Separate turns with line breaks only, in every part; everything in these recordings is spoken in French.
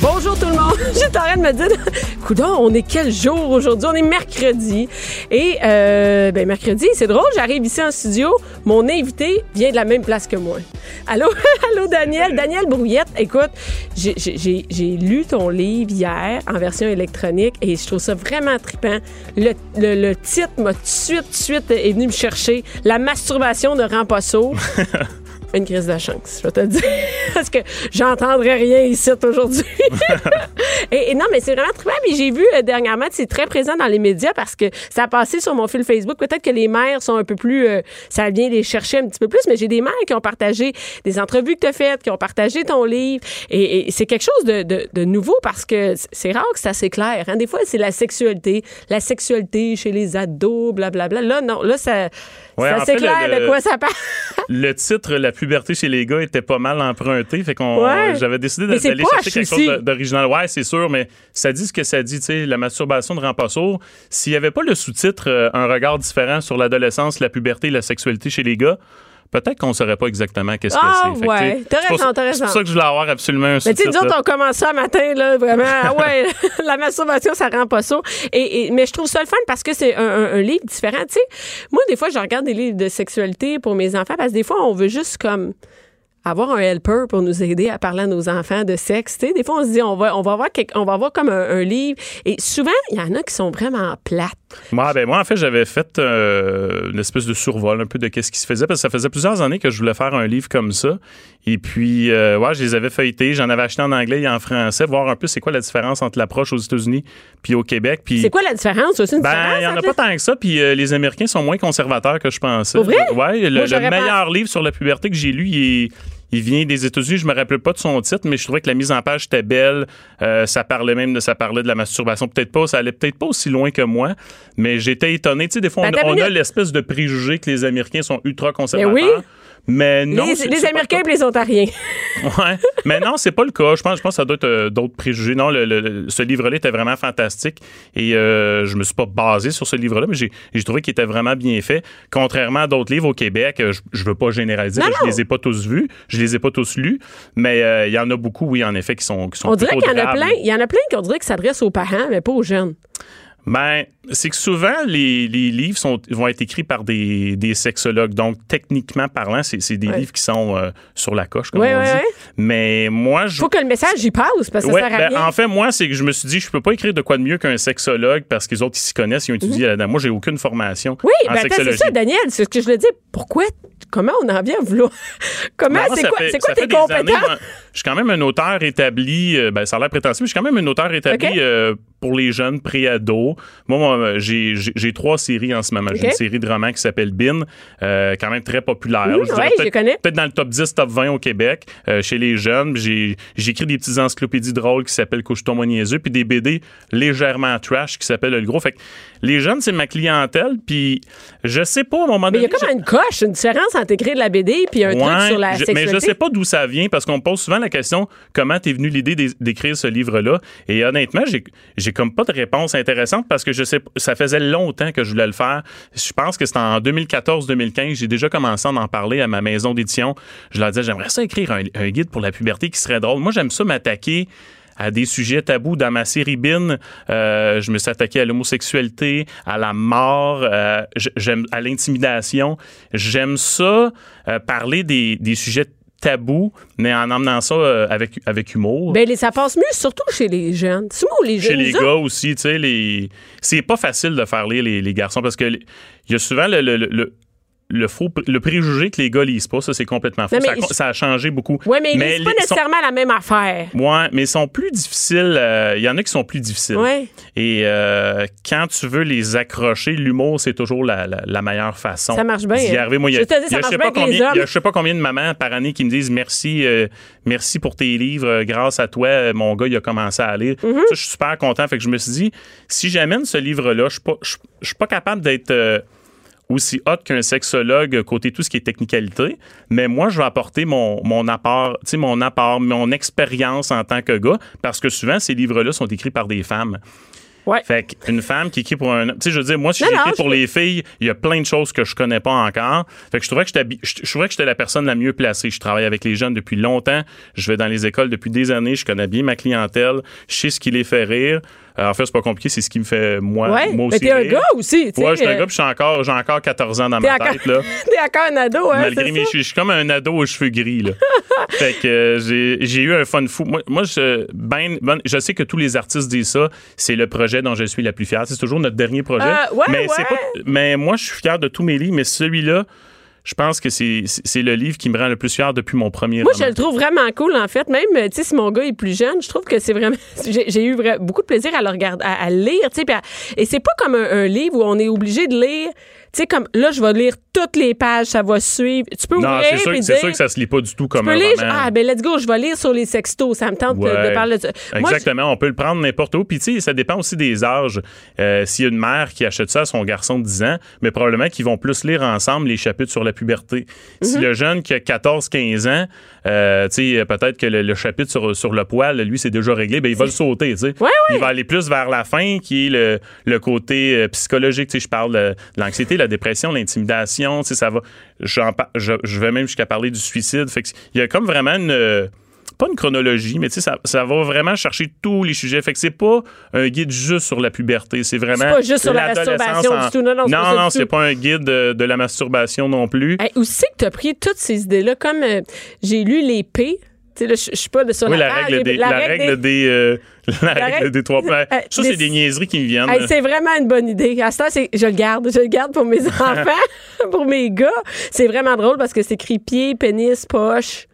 Bonjour tout le monde. J'étais en train de me dire, coudon, on est quel jour aujourd'hui On est mercredi. Et euh, ben mercredi, c'est drôle. J'arrive ici en studio. Mon invité vient de la même place que moi. Allô, allô Daniel, Daniel Brouillette. Écoute, j'ai- j'ai j'ai- j'ai lu ton livre hier en version électronique et je trouve ça vraiment trippant. Le, le- le titre m'a tout de suite, tout de suite est venu me chercher. La masturbation de Rampasso. Une crise de chance, je vais te le dire. Parce que j'entendrai rien ici aujourd'hui. et, et non, mais c'est vraiment trippant. Puis j'ai vu euh, dernièrement, c'est très présent dans les médias parce que ça a passé sur mon fil Facebook. Peut-être que les mères sont un peu plus. euh, ça vient les chercher un petit peu plus, mais j'ai des mères qui ont partagé des entrevues que tu as faites, qui ont partagé ton livre. Et, et c'est quelque chose de, de- de nouveau parce que c- c'est rare que ça s'éclaire. Hein. Des fois, c'est la sexualité. La sexualité chez les ados, blablabla. Là, non, là, ça,
Ouais,
ça
en fait,
s'éclaire
le-
de quoi ça parle.
Le titre La puberté chez les gars était pas mal emprunté, fait qu'on euh,
Ouais.
j'avais décidé
Mais
de-
c'est
d'aller
poche
chercher quelque
aussi.
chose de- d'original. Ouais, c'est sûr, mais ça dit ce que ça dit, tu sais, la masturbation de Rampasso. S'il y avait pas le sous-titre euh, un regard différent sur l'adolescence, la puberté, la sexualité chez les gars, peut-être qu'on saurait pas exactement qu'est-ce
Ah,
que c'est. Fait que,
ouais.
tu sais,
T'as
c'est pour
raison,
ça-
t'as
C'est pour
raison.
ça que je voulais avoir absolument un
Mais tu
sous-titre.
sais, nous autres,
là.
on commence ça matin, là, vraiment. Ah ouais, la masturbation, ça rend pas ça. Et, et- mais je trouve ça le fun parce que c'est un, un- un livre différent. Tu sais, moi, des fois, je regarde des livres de sexualité pour mes enfants parce que des fois, on veut juste comme avoir un helper pour nous aider à parler à nos enfants de sexe. Tu sais, des fois, on se dit, on va, on va, avoir, quelque- on va avoir comme un, un livre. Et souvent, il y en a qui sont vraiment plates.
Moi, ben, moi, en fait, j'avais fait euh, une espèce de survol un peu de qu'est-ce qui se faisait parce que ça faisait plusieurs années que je voulais faire un livre comme ça. Et puis, euh, ouais, je les avais feuilletés. J'en avais acheté en anglais et en français, voir un peu c'est quoi la différence entre l'approche aux États-Unis puis au Québec. Puis,
C'est quoi la différence? C'est une
ben,
différence hein,
il y en a
entre
pas tant que ça. Puis euh, les Américains sont moins conservateurs que je pensais.
Pour vrai?
Ouais,
Moi,
le, le
j'aurais
meilleur livre sur la puberté que j'ai lu, il est- Il vient des États-Unis, je me rappelle pas de son titre, mais je trouvais que la mise en page était belle. Euh, ça parlait même de ça parlait de la masturbation, peut-être pas, ça allait peut-être pas aussi loin que moi, mais j'étais étonné. Tu sais, des fois
Ben,
on,
attends
on
une
a
minute.
l'espèce de préjugé que les Américains sont ultra conservateurs.
Mais oui.
Mais non,
les,
c'est-
les
c'est pas-
Américains et les Ontariens.
Ouais. Mais non, c'est pas le cas. Je pense, je pense que ça doit être euh, d'autres préjugés. Non, le- le- le- ce livre-là était vraiment fantastique et euh, je me suis pas basé sur ce livre-là, mais j'ai j'ai trouvé qu'il était vraiment bien fait. Contrairement à d'autres livres au Québec, euh, je, je veux pas généraliser,
Non,
parce que
non.
je les ai pas tous vus, je les ai pas tous lus, mais euh, il y en a beaucoup, oui, en effet, qui sont qui sont
On dirait
plutôt
qu'il y en a
drables.
plein. Il y en a plein qu'on dirait qui s'adressent aux parents, mais pas aux jeunes.
Ben, c'est que souvent, les, les livres sont, vont être écrits par des, des sexologues. Donc, techniquement parlant, c'est c'est des
Ouais.
livres qui sont euh, sur la coche, comme
Ouais,
on
ouais,
dit.
ouais.
Mais moi, je...
faut que le message y passe parce que
Ouais,
ça sert à
ben,
rien.
en fait, moi, c'est que je me suis dit, je peux pas écrire de quoi de mieux qu'un sexologue parce que les autres, ils s'y connaissent, ils ont étudié là-dedans. Moi, j'ai aucune formation
Mhm. oui,
en
ben attends, c'est
sexologie.
ça, Daniel, c'est ce que je le dis. Pourquoi, comment on en vient à vouloir. Comment,
Ben, moi,
c'est
ça
quoi,
fait-
c'est quoi
ça
tes
fait des années,
compétences?
moi, je suis quand même un auteur établi, euh, ben, ça a l'air prétentieux, mais je suis quand même un auteur établi
Ok.
euh, pour les jeunes pré-ados. Moi, moi, j'ai j'ai- j'ai trois séries en ce moment. J'ai
Ok.
une série de romans qui s'appelle Bin, euh, quand même très populaire.
Mhm,
dirais
ouais, je
peut-être-
connais.
peut-être dans le top 10, top 20 au Québec, euh, chez les jeunes. J'ai j'écris des petites encyclopédies drôles qui s'appellent Couche-toi moi niaiseux, puis des BD légèrement trash qui s'appellent Le Gros. Fait que les jeunes, c'est ma clientèle, puis je sais pas, à un moment
Mais il y
donné...
a comme une coche, une différence entre écrire de la BD puis un
Ouais,
truc sur la
je-
sexualité.
mais je sais pas d'où ça vient parce qu'on me pose souvent la question comment t'es venu l'idée d'é- d'écrire ce livre-là et honnêtement j'ai j'ai comme pas de réponse intéressante parce que je sais p- ça faisait longtemps que je voulais le faire je pense que c'était en 2014-2015 j'ai déjà commencé à en parler à ma maison d'édition je leur disais j'aimerais ça écrire un, un guide pour la puberté qui serait drôle moi j'aime ça m'attaquer à des sujets tabous dans ma série Bin. euh, je me suis attaqué à l'homosexualité, à la mort, euh, j- j'aime à l'intimidation. J'aime ça euh, parler des, des sujets tabous, mais en emmenant ça euh, avec avec humour.
Ben, les- ça passe mieux, surtout chez les jeunes. C'est moi, les
Chez
jeunes.
les
nous autres,
gars aussi, tu sais, les... c'est pas facile de faire lire les, les garçons parce que les- il y a souvent le, le- le- le- le faux, pré- le préjugé que les gars lisent pas, ça c'est complètement faux.
Non, mais
ça, a,
je-
ça a changé beaucoup.
Oui, mais,
Mais
c'est pas
les- sont-
nécessairement la même affaire.
Ouais, mais ils sont plus difficiles. euh, Il y en a qui sont plus difficiles.
Ouais.
Et euh, quand tu veux les accrocher, l'humour, c'est toujours la, la- la meilleure façon.
Ça marche bien,
d'y
hein.
arriver. Moi, il y a-
Je te dis, ça
il y a je
marche
sais
bien
pas
avec les
combien- il y
hommes.
a je sais pas combien de mamans par année qui me disent merci, euh, merci pour tes livres, euh, grâce à toi, euh, mon gars, il a commencé à lire.
Mm-hmm.
Ça, je suis super content. Fait que je me suis dit, si j'amène ce livre-là, je suis pas, je, je suis pas capable d'être euh, aussi hot qu'un sexologue euh, côté tout ce qui est technicalité, mais moi, je vais apporter mon, mon apport, tu sais, mon apport, mon expérience en tant que gars, parce que souvent, ces livres-là sont écrits par des femmes.
Ouais.
Fait qu'une femme qui écrit pour un homme. Tu sais, je veux dire, moi, si
Non, non,
j'écris pour
je-
les filles, il y a plein de choses que je connais pas encore. Fait que je trouvais que j'étais habi- je je trouvais que j'étais la personne la mieux placée. Je travaille avec les jeunes depuis longtemps. Je vais dans les écoles depuis des années. Je connais bien ma clientèle. Je sais ce qui les fait rire. Euh, en fait, c'est pas compliqué. C'est ce qui me fait, moi,
Ouais. mais
moi aussi.
t'es un
rire.
gars aussi, tu sais.
Ouais, je suis un
euh,
gars, puis j'ai encore, j'ai encore 14 ans dans
T'es
ma
encore,
tête, là.
t'es encore un ado, hein,
Malgré
c'est
mes
ça?
cheveux, je suis comme un ado aux cheveux gris. Là. fait que euh, j'ai- j'ai eu un fun fou. Moi, moi, je, ben, ben, je sais que tous les artistes disent ça. C'est le projet dont je suis la plus fière. C'est toujours notre dernier projet.
Euh, ouais,
mais, c'est
ouais.
pas- mais moi, je suis fier de tous mes livres, mais celui-là, je pense que c'est c'est- c'est le livre qui me rend le plus fier depuis mon premier
Moi, je
roman.
le trouve vraiment cool, en fait. Même, euh, tu sais, si mon gars est plus jeune, je trouve que c'est vraiment. J'ai j'ai eu vra- beaucoup de plaisir à le regarder, à, à le lire, tu sais. puis à- Et c'est pas comme un, un livre où on est obligé de lire. Tu sais, comme là, je vais lire toutes les pages, ça va suivre. Tu peux
Non,
ouvrir
c'est sûr,
puis
que- c'est
dire-
sûr que ça se lit pas du tout
Tu
comme
peux
un
lire,
roman.
ah ben let's go, je vais lire sur les sextos, ça me tente de- de,
Ouais.
parler de ça. Moi, je-
Exactement, on peut le prendre n'importe où. Puis, tu sais, ça dépend aussi des âges. Euh, S'il y a une mère qui achète ça à son garçon de 10 ans, mais probablement qu'ils vont plus lire ensemble les chapitres sur la puberté.
Mhm.
Si le jeune qui a 14-15 ans, euh, tu sais, peut-être que le, le chapitre sur, sur le poil, lui, c'est déjà réglé, ben, il va le sauter, tu sais.
Ouais, ouais.
Il va aller plus vers la fin, qui est le, le côté euh, psychologique. Tu sais, je parle de, de l'anxiété, la dépression, l'intimidation, tu sais, ça va. j'en par- Je, je vais même jusqu'à parler du suicide. Fait que il y a comme vraiment une. euh, pas une chronologie, mais tu sais, ça, ça va vraiment chercher tous les sujets. Fait que c'est pas un guide juste sur la puberté. C'est vraiment.
C'est pas juste sur la
l'adolescence
masturbation
en-
du tout. Non, non, c'est pas
non,
ça du
non,
tout.
c'est pas un guide de, de la masturbation non plus.
Hey, où c'est que t'as pris toutes ces idées-là? Comme euh, j'ai lu les P, tu sais, là, je je suis pas de sur
oui, la
page,
règle
j'ai-
des, la règle des, euh, la
règle-
règle des trois points.
Euh,
Ça,
des-
c'est des niaiseries qui me viennent. euh,
Hey, c'est vraiment une bonne idée. À ce temps, c'est- je le garde. Je le garde pour mes enfants, pour mes gars. C'est vraiment drôle parce que c'est écrit pied, pénis, poche,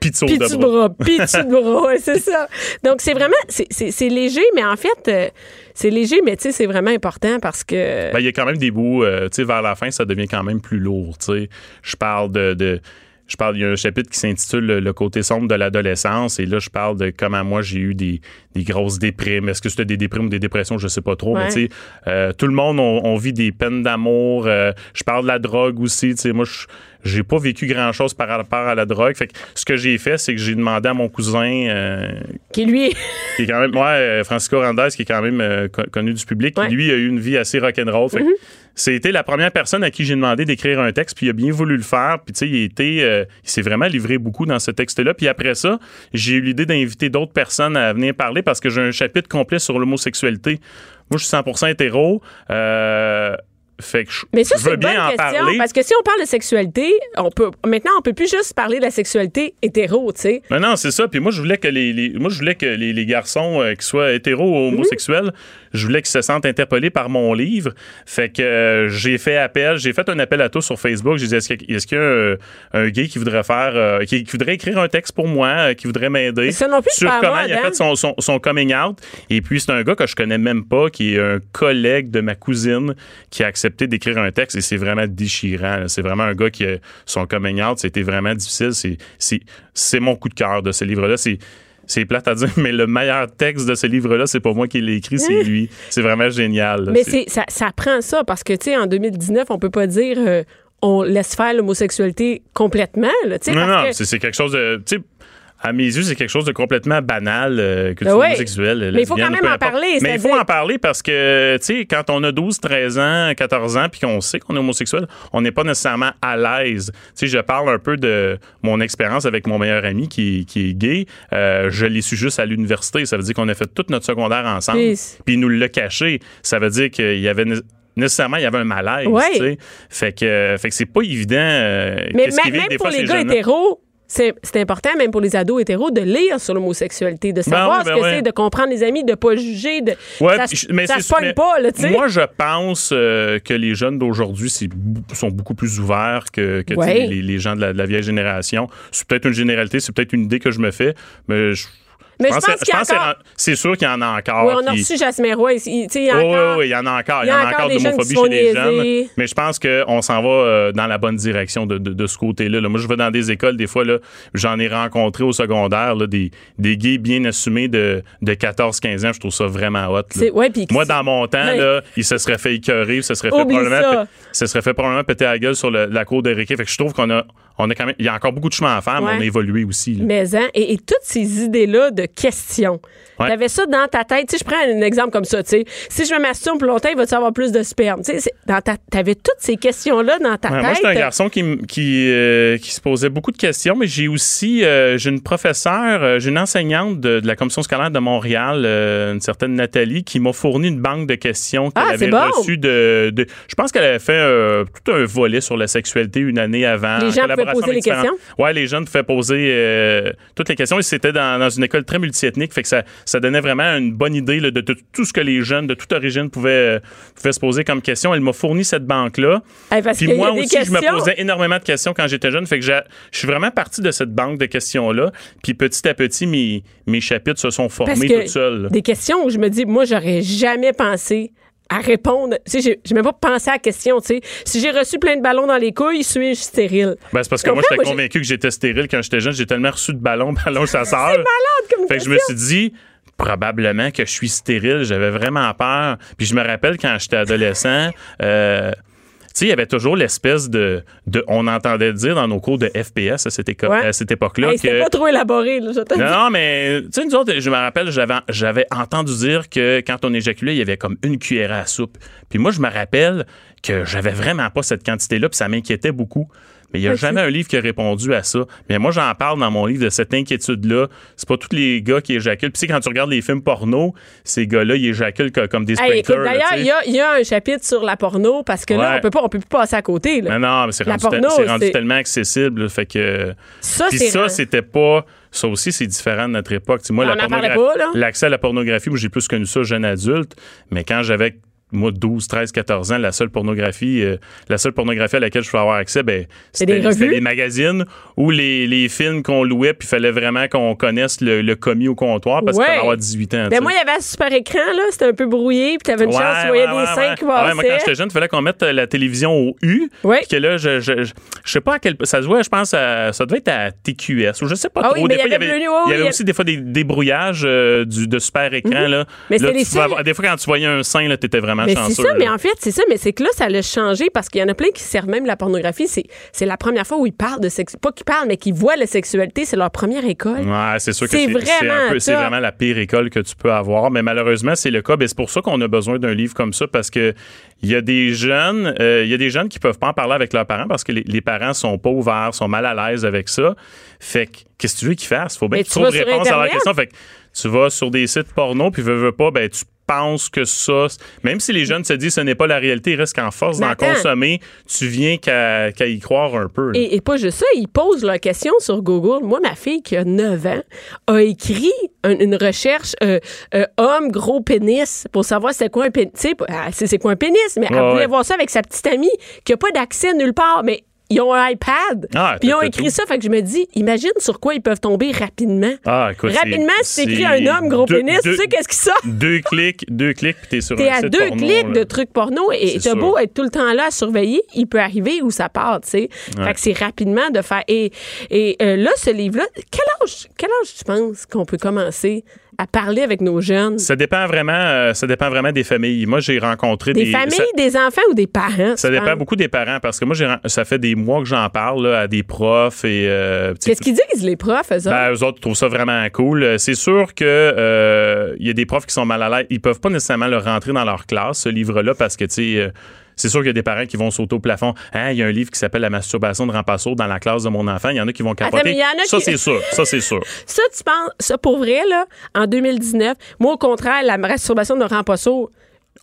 Pizzo
pis
de
tu
bras.
bras, pis tu bras. Ouais, c'est ça. Donc, c'est vraiment, c'est- c'est c'est léger, mais en fait, euh, c'est léger, mais tu sais, c'est vraiment important parce que.
Ben, il y a quand même des bouts, euh, tu sais, vers la fin, ça devient quand même plus lourd, tu sais. Je parle de, de- je parle, il y a un chapitre qui s'intitule le, le côté sombre de l'adolescence, et là, je parle de comment moi j'ai eu des, des grosses déprimes. Est-ce que c'était des déprimes ou des dépressions, je sais pas trop,
Ouais.
mais tu sais, euh, tout le monde, on, on vit des peines d'amour. euh, je parle de la drogue aussi, tu sais, moi, je j'ai pas vécu grand chose par rapport à la drogue. Fait que ce que j'ai fait, c'est que j'ai demandé à mon cousin, euh,
Qui lui.
qui est quand même, ouais, euh, Francisco Randez, qui est quand même euh, co- connu du public, qui,
Ouais. Mm-hmm.
lui a eu une vie assez rock'n'roll. Fait que C'était la première personne à qui j'ai demandé d'écrire un texte, puis il a bien voulu le faire. Puis tu sais, il, a été, euh, il s'est vraiment livré beaucoup dans ce texte-là. Puis après ça, j'ai eu l'idée d'inviter d'autres personnes à venir parler parce que j'ai un chapitre complet sur l'homosexualité. Moi, je suis 100% hétéro. Euh, fait que je,
Mais ça,
je
c'est
veux
une bonne
bien en
question.
parler.
Parce que si on parle de sexualité, on peut, maintenant, on peut plus juste parler de la sexualité hétéro, tu sais.
Ben Non, non, c'est ça. Puis moi, je voulais que les, les- moi, je voulais que les, les garçons, euh, qu'ils soient hétéros ou
Mhm.
homosexuels, je voulais qu'ils se sentent interpellés par mon livre. Fait que euh, j'ai fait appel, j'ai fait un appel à tous sur Facebook. J'ai dit, est-ce qu'il y a- est-ce qu'il y a euh, un, gay qui voudrait faire, euh, qui, qui voudrait écrire un texte pour moi, euh, qui voudrait m'aider
Mais ça non plus, c'est
sur
pas à
comment
mode,
il a
hein?
fait son, son, son coming out. Et puis, c'est un gars que je connais même pas, qui est un collègue de ma cousine, qui a accepté d'écrire un texte. Et c'est vraiment déchirant. là. C'est vraiment un gars qui a son coming out. C'était vraiment difficile. C'est- C'est c'est mon coup de cœur de ce livre-là. C'est. C'est plate à dire, mais le meilleur texte de ce livre-là, c'est pas moi qui l'ai écrit, c'est lui. C'est vraiment génial. là.
Mais
C'est-
c'est, ça, ça prend ça parce que, tu sais, en 2019, on peut pas dire euh, on laisse faire l'homosexualité complètement, là, tu sais.
Non,
parce
non,
que-
c'est c'est quelque chose de. tu sais, à mes yeux, c'est quelque chose de complètement banal euh, que tu
Ben
sois
ouais.
homosexuel.
Mais il faut
lesbienne,
quand même
peu
en
importe.
parler,
Mais il
c'est-à-dire-
faut en parler parce que, tu sais, quand on a 12, 13 ans, 14 ans, puis qu'on sait qu'on est homosexuel, on n'est pas nécessairement à l'aise. Tu sais, je parle un peu de mon expérience avec mon meilleur ami qui, qui est gay. Euh, je l'ai su juste à l'université. Ça veut dire qu'on a fait toute notre secondaire ensemble.
Peace.
Puis il nous l'a caché. Ça veut dire qu'il y avait. né- Nécessairement, il y avait un malaise.
Ouais.
tu sais. Fait que, fait que c'est pas évident. euh,
mais
qu'est-ce qu'ils
ma-
vivent
même
des
pour
fois,
les
ces
gars
jeunes-là.
hétéros, c'est c'est important, même pour les ados hétéros, de lire sur l'homosexualité, de
Ben
savoir
oui, ben
ce que
oui.
c'est, de comprendre les amis, de pas juger, de.
Ouais,
ça
puis
se-
je- mais
ça
c'est-
se pogne
mais
pas, là, tu sais.
Moi, je pense euh, que les jeunes d'aujourd'hui c'est bou- sont beaucoup plus ouverts que, que, tu sais,
Ouais.
les, les gens de la, de la vieille génération. C'est peut-être une généralité, c'est peut-être une idée que je me fais, mais je,
Mais je pense
que-
qu'il y a
que c'est-
encore-
c'est sûr qu'il y en ah, a encore.
Oui, on a
qui-
reçu Jasmin Roy. ici, tu sais, il y a
Oui,
encore-
oui, oui, il y en a encore. Il y en a encore
des jeunes qui se
d'homophobie
font
chez les
niaiser.
jeunes. Mais je pense qu'on s'en va euh, dans la bonne direction de, de- de ce côté-là. là. Moi, je vais dans des écoles, des fois, là, j'en ai rencontré au secondaire là, des, des gays bien assumés de, de 14-15 ans. Je trouve ça vraiment hot. là.
C'est- ouais, puis-
Moi, dans mon temps,
Ouais.
là, il se serait fait écœurer, il se serait fait,
Oublie ça.
probablement, se serait fait probablement péter la gueule sur le- la cour de récré. Fait que je trouve qu'on a, on a quand même. Il y a encore beaucoup de chemin à faire,
Ouais.
mais on a évolué aussi. là.
Mais hein, et, et toutes ces idées-là de questions.
Ouais.
T'avais ça dans ta tête. Tu sais, je prends un exemple comme ça. Tu sais, si je me masturbe plus longtemps, il va-tu avoir plus de sperme? Tu sais, c'est- dans ta- t'avais toutes ces questions-là dans ta
Ouais,
tête.
moi, j'étais un garçon qui, m- qui, euh, qui se posait beaucoup de questions, mais j'ai aussi, euh, j'ai une professeure, euh, j'ai une enseignante de, de la commission scolaire de Montréal, euh, une certaine Nathalie, qui m'a fourni une banque de questions qu'elle
Ah, c'est
avait
bon!
reçues de, de- Je pense qu'elle avait fait euh, tout un volet sur la sexualité une année avant.
Les
en
gens pouvaient
collaboration
poser
avec
les
différents-
questions?
Ouais, les jeunes pouvaient poser euh, toutes les questions. Et c'était dans, dans une école très multiethnique, fait que ça, ça donnait vraiment une bonne idée là, de, tout- tout ce que les jeunes de toute origine pouvaient, euh, pouvaient se poser comme question. Elle m'a fourni cette banque-là.
Hey, Eh, parce qu'il
Puis
y a
moi
des
aussi,
questions.
je me posais énormément de questions quand j'étais jeune. Fait que j'ai- je suis vraiment parti de cette banque de questions-là. Puis petit à petit, mes, mes chapitres se sont
Parce
formés
que
tout seuls. là.
des questions où je me dis, moi, j'aurais jamais pensé à répondre. Tu sais, j'ai- j'ai même pas pensé à la question, tu sais. Si j'ai reçu plein de ballons dans les couilles, suis-je stérile?
Ben, c'est parce que
Tu comprends?
moi, j'étais
Moi, j'ai-
convaincu que j'étais stérile quand j'étais jeune. J'ai tellement reçu de ballons, ballons, ça sort.
Malade comme
Fait que je me suis dit, probablement que je suis stérile. J'avais vraiment peur. Puis je me rappelle quand j'étais adolescent, euh, tu sais, il y avait toujours l'espèce de, de. On entendait dire dans nos cours de FPS à cette, éco-
Ouais.
à cette époque-là
Hey,
que.
C'était pas trop élaboré, là, je te dis.
Non, non, mais tu sais, nous autres, je me rappelle, j'avais, j'avais entendu dire que quand on éjaculait, il y avait comme une cuillère à soupe. Puis moi, je me rappelle que j'avais vraiment pas cette quantité-là, puis ça m'inquiétait beaucoup. Mais il n'y a jamais un livre qui a répondu à ça. Mais moi, j'en parle dans mon livre de cette inquiétude-là. C'est pas tous les gars qui éjaculent. Puis tu sais, quand tu regardes les films porno, ces gars-là, ils éjaculent co- comme des sprinklers.
Hey, écoute,
là,
d'ailleurs,
tu sais.
il y a, il y a un chapitre sur la porno parce que là,
Ouais.
on peut pas, on peut plus passer à côté. là.
Mais non, mais c'est
La
rendu, tel-
porno,
c'est rendu
c'est-
tellement accessible. là, Fait que...
Ça,
Puis
c'est
ça,
rare.
c'était pas. Ça aussi, c'est différent de notre époque. Tu sais, moi,
On
la
en parlait pas,
pornographie-
là.
l'accès à la pornographie, moi, j'ai plus connu ça jeune adulte, mais quand j'avais moi 12, 13, 14 ans, la seule pornographie, euh, la seule pornographie à laquelle je pouvais avoir accès, ben, c'était
des revues?
c'était les magazines ou les, les films qu'on louait, puis il fallait vraiment qu'on connaisse le, le commis au comptoir parce
Ouais.
qu'il fallait avoir 18 ans. tu
Ben
sais.
moi, il y avait un super écran, là. C'était un peu brouillé, puis t'avais une chance, tu voyais des seins qui
Ah ouais, moi, quand
passaient.
j'étais jeune, il fallait qu'on mette euh, la télévision au U.
Ouais.
Puis que là, je, je, je, je sais pas à quel. Ça se voit, je pense, à- ça devait être à TQS ou je sais pas
Ah
trop.
oui, mais
des
il y
fois,
avait bleu, oui,
il
il
y
y
avait
avait-
aussi des fois des débrouillages euh, du, de super écran. là.
Mais
Là,
c'était les
tu pouvais
seuls-
avoir- Des fois, quand tu voyais un sein, là, t'étais vraiment
Mais c'est
chanceux.
ça, mais
là.
en fait, c'est ça, mais c'est que là, ça l'a changé parce qu'il y en a plein qui servent même la pornographie. C'est c'est la première fois où ils parlent de sexe. Pas qu'ils parlent, mais qu'ils voient la sexualité. C'est leur première école.
Ouais, c'est sûr que
C'est
c'est c'est un
vraiment
peu- c'est
top.
vraiment la pire école que tu peux avoir, mais malheureusement c'est le cas. Ben, c'est pour ça qu'on a besoin d'un livre comme ça parce que il y a des jeunes, euh, il y a des jeunes qui peuvent pas en parler avec leurs parents parce que les, les parents sont pas ouverts, sont mal à l'aise avec ça. Fait que qu'est-ce que tu veux qu'ils fassent Faut bien
Mais
qu'ils
tu vas
trouvent
sur
réponse à
Internet.
leur question. Fait que tu vas sur des sites porno puis veux, veux pas, ben tu penses que ça, même si les jeunes se disent ce n'est pas la réalité, ils restent qu'en force
Mais
d'en
attends.
consommer, tu viens qu'à qu'à y croire un peu. là.
Et, et pas juste ça, ils posent leurs questions sur Google. Moi, ma fille qui a 9 ans a écrit un- une recherche euh, euh, homme gros pénis pour savoir c'est quoi un pénis. Tu sais, elle sait c'est quoi un pénis, mais elle
Ouais,
voulait
ouais.
voir ça avec sa petite amie qui a pas d'accès nulle part. Mais ils ont un iPad.
Ah,
puis ils ont
t'as
écrit
tout.
ça. Fait que je me dis, imagine sur quoi ils peuvent tomber rapidement.
Ah, écoute, c'est-
rapidement, si t'écris
c'est
un homme gros
deux-
pénis, tu
deux-
sais qu'est-ce qui sort?
deux clics, deux clics, puis t'es sur
T'es
un
à
site
deux
porno,
clics
là.
de trucs porno et
C'est
t'as
sûr.
beau être tout le temps là à surveiller, il peut arriver où ça part, tu sais. Fait que c'est rapidement de faire. Et, et euh, là, ce livre-là, quel âge, quel âge tu penses qu'on peut commencer à parler avec nos jeunes?
Ça dépend vraiment, euh, ça dépend vraiment des familles. Moi, j'ai rencontré
Des
des,
familles, Ah.
ça-
des enfants ou des parents?
Ça
tu
dépend
penses?
beaucoup des parents parce que moi, j'ai, ren- ça fait des mois que j'en parle là, à des profs et. euh, tu sais,
Qu'est-ce qu'ils disent, les profs, eux autres?
Ben, eux autres ils trouvent ça vraiment cool. Euh, C'est sûr que euh, il y a des profs qui sont mal à l'aise. Ils peuvent pas nécessairement le rentrer dans leur classe, ce livre-là, parce que, tu sais, euh, c'est sûr qu'il y a des parents qui vont sauter au plafond. Hein, il y a un livre qui s'appelle La masturbation de Rampasso dans la classe de mon enfant. Il y en a qui vont capoter.
mais il y en a
ça,
qui-
c'est sûr. Ça, c'est sûr.
Ça, tu penses, ça pour vrai, là, en 2019, moi, au contraire, la masturbation ne rend pas sourd.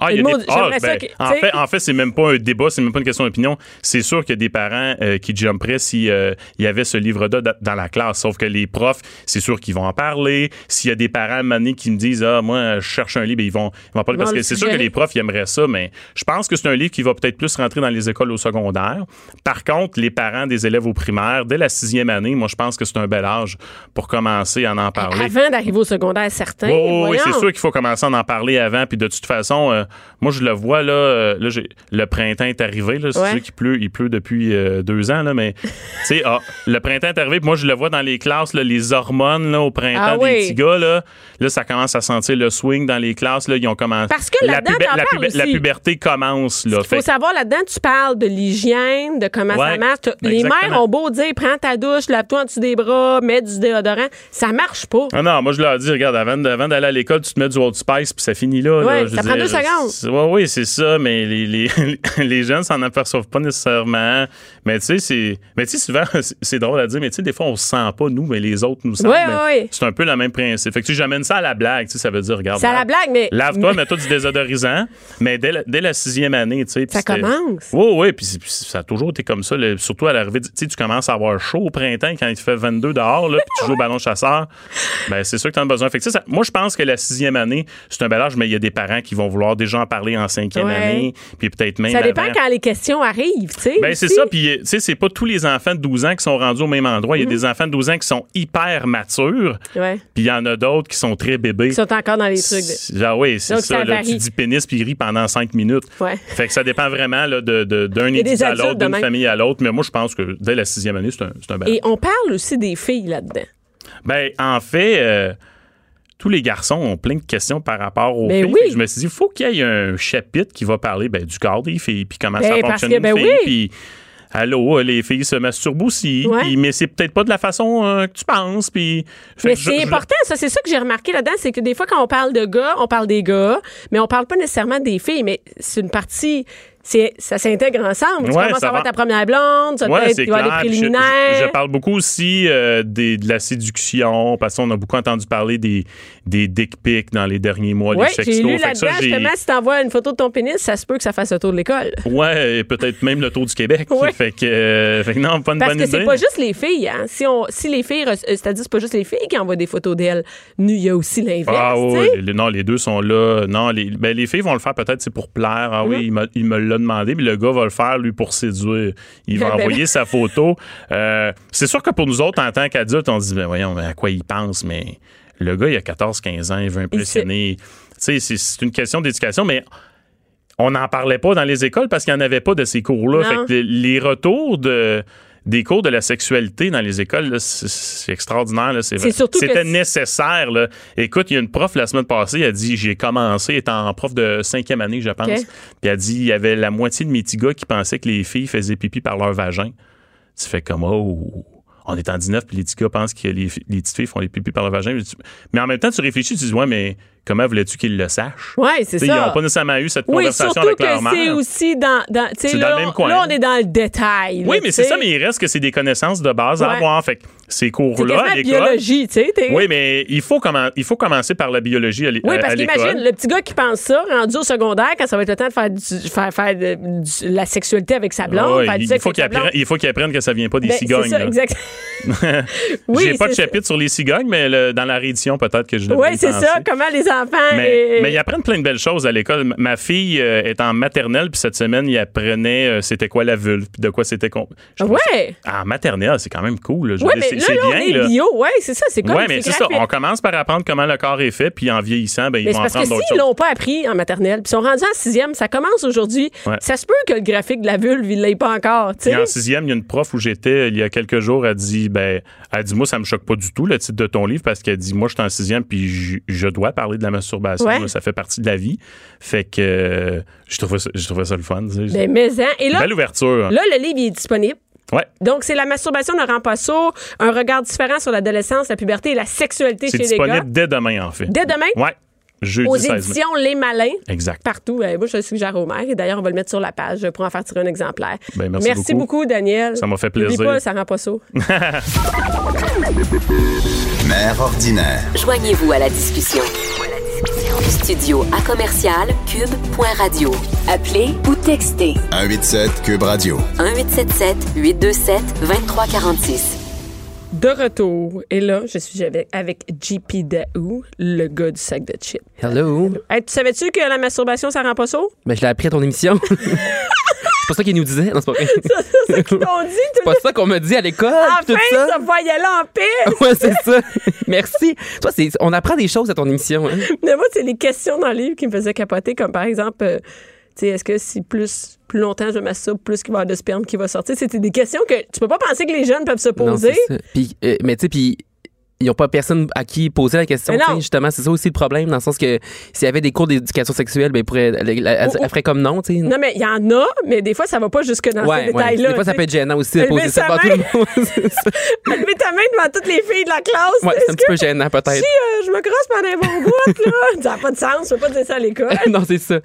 Ah, il y a
Le
des-
monde-
ah,
j'aimerais ça
ben,
que- tu
en
sais-
fait, en fait, c'est même pas un débat, c'est même pas une question d'opinion. C'est sûr qu'il y a des parents euh, qui jumperaient si euh, il y avait ce livre-là da- dans la classe. Sauf que les profs, c'est sûr qu'ils vont en parler. S'il y a des parents manés qui me disent ah moi je cherche un livre, ils vont ils vont en parler
Ils vont
parce
le
que c'est sûr que
suggérer.
les profs ils aimeraient ça, mais je pense que c'est un livre qui va peut-être plus rentrer dans les écoles au secondaire. Par contre, les parents des élèves au primaire, dès la sixième année, moi je pense que c'est un bel âge pour commencer à en parler.
Avant d'arriver au secondaire, certain.
Oui, oui, oui, c'est
voyons.
sûr qu'il faut commencer à en parler avant. Puis de toute façon, euh, moi, je le vois, là, euh, là, j'ai- le printemps est arrivé. là, C'est
Ouais.
sûr qu'il pleut, il pleut depuis euh, deux ans, là, mais tu sais, ah, le printemps est arrivé. puis Moi, je le vois dans les classes, là, les hormones là, au printemps
Ah
des
oui.
petits gars. Là, là, ça commence à sentir le swing dans les classes. Là, ils ont commencé.
Parce que
la,
là-dedans, t'en
la,
parles
la
aussi.
puberté commence. Là,
Il faut
Fait que-
savoir, là-dedans, tu parles de l'hygiène, de comment ça
Ouais,
marche. T'as- Les
exactement.
mères ont beau dire, prends ta douche, lave-toi en dessous des bras, mets du déodorant. Ça marche pas.
Ah non, moi je leur dis, regarde, avant, de- avant d'aller à l'école, tu te mets du Old Spice puis ça finit là.
Ouais,
là, je
ça
veux
prend
dire,
deux secondes.
c'est- Ouais, oui, c'est ça, mais les, les, les jeunes s'en aperçoivent pas nécessairement. Mais tu sais, c'est. Mais tu sais, souvent, c'est- c'est drôle à dire, mais tu sais, des fois, on se sent pas, nous, mais les autres nous sentent.
Ouais,
mais
ouais, ouais.
C'est un peu le même principe. Fait que tu sais, j'amène ça à la blague, tu sais, ça veut dire, regarde.
C'est à la blague, mais.
ben, Lave-toi, mets-toi du désodorisant. Mais dès la, dès la sixième année, tu sais. puis
Ça
c'était-
commence.
Oui, oui. Puis c'est- puis ça a toujours été comme ça. là, surtout à l'arrivée. du- Tu sais, tu commences à avoir chaud au printemps quand il fait 22 dehors, là, puis tu joues au ballon chasseur. Ben, c'est sûr que tu en as besoin. Fait que, tu sais, ça- moi, je pense que la sixième année, c'est un bel âge, mais il y a des parents qui vont vouloir déjà en parler en cinquième
Ouais.
année, puis peut-être même.
Ça dépend
avant.
quand les questions arrivent, tu sais.
Ben, c'est
aussi.
ça. Puis, euh, tu sais, c'est pas tous les enfants de 12 ans qui sont rendus au même endroit.
Mm-hmm.
Il y a des enfants de 12 ans qui sont hyper matures,
Ouais.
puis il y en a d'autres qui sont très bébés.
Ils sont encore dans les trucs. de-
C'est- Ah oui, c'est
Donc, ça
ça. là,
varie.
tu dis pénis puis il rit pendant cinq minutes.
Ouais.
Fait que ça dépend vraiment là, de, de- d'un
Et des
individu à
adultes
l'autre,
de
d'une
même.
famille à l'autre. Mais moi, je pense que dès la sixième année, c'est un, c'est un bel
Et on parle aussi des filles là-dedans.
Ben, en fait, euh, tous les garçons ont plein de questions par rapport aux
Ben
filles.
oui.
Fait que Je me suis dit, il faut qu'il y ait un chapitre qui va parler ben, du corps des filles, puis comment
Ben,
ça
parce
fonctionne
que, ben
une fille,
oui.
puis allô, euh, les filles se masturbent aussi,
Ouais.
puis- mais c'est peut-être pas de la façon euh, que tu penses, puis... Fait
Mais
que je-
c'est
je-
important, ça. C'est ça que j'ai remarqué là-dedans. C'est que des fois, quand on parle de gars, on parle des gars, mais on parle pas nécessairement des filles. Mais c'est une partie. c'est- Ça s'intègre ensemble. tu
Ouais,
commences
ça
à avoir
va.
ta première blonde, tu vas
Ouais,
peut-être-
c'est
tu vas
clair.
avoir des
Puis je-
préliminaires.
Je, je parle beaucoup aussi euh, des, de la séduction, parce qu'on a beaucoup entendu parler des, des dick pics dans les derniers mois,
Oui,
les sextos.
j'ai lu
Fait que ça,
là-dedans,
j'ai-
justement, si t'envoies une photo de ton pénis, ça se peut que ça fasse le tour de l'école.
Ouais, et peut-être même le tour du Québec.
Ouais.
Fait, que, euh, fait que non, pas une
Parce
bonne
que
idée.
c'est pas juste les filles, hein. Si, on, si les filles, reç- euh, c'est-à-dire, c'est pas juste les filles qui envoient des photos d'elles nues, il y a aussi l'inverse.
Ah
tu
oui,
sais.
les- non, les deux sont là. Non, les, ben, les filles vont le faire peut-être c'est pour plaire. Ah
Mm-hmm.
oui, il m'a- il me l'a demandé, mais le gars va le faire, lui, pour séduire. Il va
Ben, ben,
envoyer sa photo. Euh, c'est sûr que pour nous autres, en tant qu'adultes, on se dit, ben voyons, ben, à quoi il pense, mais le gars, il a 14-15 ans, il veut impressionner. Tu sais, c'est- c'est une question d'éducation, mais on n'en parlait pas dans les écoles parce qu'il n'y en avait pas de ces cours-là.
Non.
Fait que les- les retours de des cours de la sexualité dans les écoles, là, c'est- c'est extraordinaire. là. C'est
C'est surtout que
C'était
c'est-
nécessaire. Là. Écoute, il y a une prof la semaine passée, elle dit J'ai commencé étant prof de cinquième année, je pense.
Ok.
Puis elle dit Il y avait la moitié de mes petits gars qui pensaient que les filles faisaient pipi par leur vagin. Tu fais comme Oh, on est en 19, puis les petits gars pensent que les, fi- les petites filles font les pipi par leur vagin. Mais tu- Mais en même temps, tu réfléchis, tu dis Ouais, mais comment voulais-tu qu'ils le sachent
Ouais, c'est
T'sais, Ils
ça.
n'ont pas nécessairement eu cette
Oui,
conversation
surtout
avec
que
leur mère.
c'est aussi dans, dans, tu sais,
C'est
là,
dans le même
on-
coin.
là, on est dans le détail.
Oui,
là,
mais
tu
c'est
sais.
ça, mais il reste que c'est des connaissances de base à
Ouais.
avoir. Fait que ces
C'est
cours-là
quasiment
à
la
l'école.
biologie, tu sais. t'es-
Oui, mais il faut, commen- il faut commencer par la biologie à l'é-
Oui,
à-
parce
à
qu'imagine,
l'école.
le petit gars qui pense ça, rendu au secondaire, quand ça va être le temps de faire, du- faire, faire de, du- la sexualité avec sa blonde,
Ouais,
faire du
Ah, il,
sexe
faut
avec
qu'il
sa blonde.
apprenne, il faut qu'il apprenne que ça vient pas des
Ben,
cigognes.
C'est ça,
là.
exact. Oui,
J'ai pas de
c'est ça.
chapitre sur les cigognes, mais le- dans la réédition, peut-être que je devrais
Oui,
y
c'est
penser.
ça. Comment les enfants.
Mais,
euh,
mais ils apprennent plein de belles choses à l'école. M- Ma fille euh, est en maternelle, puis cette semaine, ils apprenaient euh, c'était quoi la vulve, puis de quoi c'était. con- Je trouve
Ouais.
ça- Ah, En maternelle, c'est quand même cool. là. Je veux
Ouais,
dire,
mais
c'est
là,
c'est
là,
bien.
on est
là.
bio. Oui, c'est ça. C'est comme
Oui, mais c'est ça.
graphique.
On commence par apprendre comment le corps est fait, puis en vieillissant, ben, ils
Mais c'est
vont
parce que
apprendre d'autres
s'ils
choses.
l'ont pas appris en maternelle, puis ils sont rendus en sixième, ça commence aujourd'hui.
Ouais.
Ça se peut que le graphique de la vulve, il l'ait pas encore. tu
Puis
sais.
en sixième, il y a une prof où j'étais il y a quelques jours, elle dit, ben, elle dit, moi, ça me choque pas du tout le titre de ton livre parce qu'elle dit, moi, je suis en sixième, puis je, je dois parler de la masturbation,
Ouais.
là, ça fait partie de la vie. Fait que euh, je, trouvais ça, je trouvais ça le fun. tu sais.
Ben, mais, hein. Et là,
Belle ouverture.
là, le livre, il est disponible.
ouais.
Donc, c'est la masturbation ne rend pas sourd, un regard différent sur l'adolescence, la puberté et la sexualité
C'est
chez les gars.
disponible dès demain, en fait.
Dès demain?
Ouais. Jeudi
Aux
16 mai.
éditions Les Malins.
Exact.
Partout. Euh, moi, je le suggère au maire. Et d'ailleurs, on va le mettre sur la page pour en faire tirer un exemplaire.
Ben, merci
beaucoup.
beaucoup.
Daniel.
Ça m'a fait
Oublie
plaisir.
pas, ça rend pas sourd.
Mère ordinaire.
Joignez-vous à la discussion. Studio à commercial cube.radio. Appelez ou textez
187 Cube Radio.
1877 827 2346.
De retour. Et là, je suis avec, avec JP Daou, le gars du sac de chips.
Hello.
Hey, tu savais-tu que la masturbation, ça rend pas sourd?
Ben, je l'ai appris à ton émission. c'est pas ça qu'il nous disait. Non, c'est pas vrai.
C'est ça qu'ils t'ont dit.
C'est pas ça qu'on me dit à l'école.
Enfin,
tout ça.
ça va y aller en piste.
Ouais, c'est ça. Merci. Toi, c'est, on apprend des choses à ton émission. hein.
Mais moi, c'est les questions dans le livre qui me faisaient capoter, comme par exemple, euh, tu sais, est-ce que si plus, plus longtemps je masturbe, plus qu'il va y avoir de sperme qui va sortir? C'était des questions que tu peux pas penser que les jeunes peuvent se
Non,
poser.
c'est ça. Puis, euh, mais tu sais, puis ils n'ont pas personne à qui poser la question.
Mais non.
tu sais, Justement, c'est ça aussi le problème, dans le sens que s'il y avait des cours d'éducation sexuelle, ben, ils pourraient- elle, elle- elle-
Oh, oh.
elle ferait comme non, tu sais.
non, mais il y en a, mais des fois, ça va pas jusque dans ces
Ouais, ouais.
détails-là.
Des fois, ça
tu
peut être gênant aussi de
Lever
poser ça
sa
devant tout
main.
le monde. c'est ça.
sais. Lever ta main devant toutes les filles de la classe.
Ouais, c'est un
Est-ce
petit peu
que-
gênant,
Si
peut-être.
euh, je me crosse pendant un bon bout, là, ça n'a pas de sens, je peux pas dire ça à l'école.
non, c'est ça.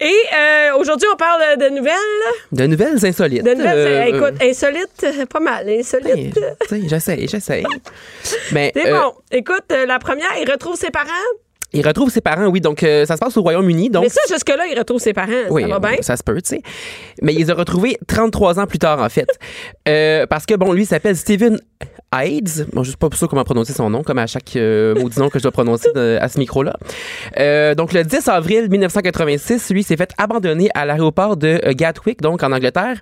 Et euh, aujourd'hui, on parle de nouvelles.
De nouvelles insolites.
De nouvelles,
Euh,
écoute, insolites, euh, pas mal,
ben,
insolites.
tu sais, j'essaie, j'essaie. Mais
C'est
euh,
bon. Écoute, euh, la première, il retrouve ses parents.
il retrouve ses parents, oui. Donc, euh, ça se passe au Royaume-Uni. Donc,
Mais ça, jusque-là, il retrouve ses parents.
Oui,
ça va bien?
se peut, tu sais. Mais il les a retrouvés 33 ans plus tard, en fait. Euh, parce que, bon, lui, il s'appelle Steven Aids. Bon, je suis pas sûr comment prononcer son nom, comme à chaque euh, maudit nom que je dois prononcer de- à ce micro-là. Euh, donc, le 10 avril 1986, lui, s'est fait abandonner à l'aéroport de euh, Gatwick, donc en Angleterre.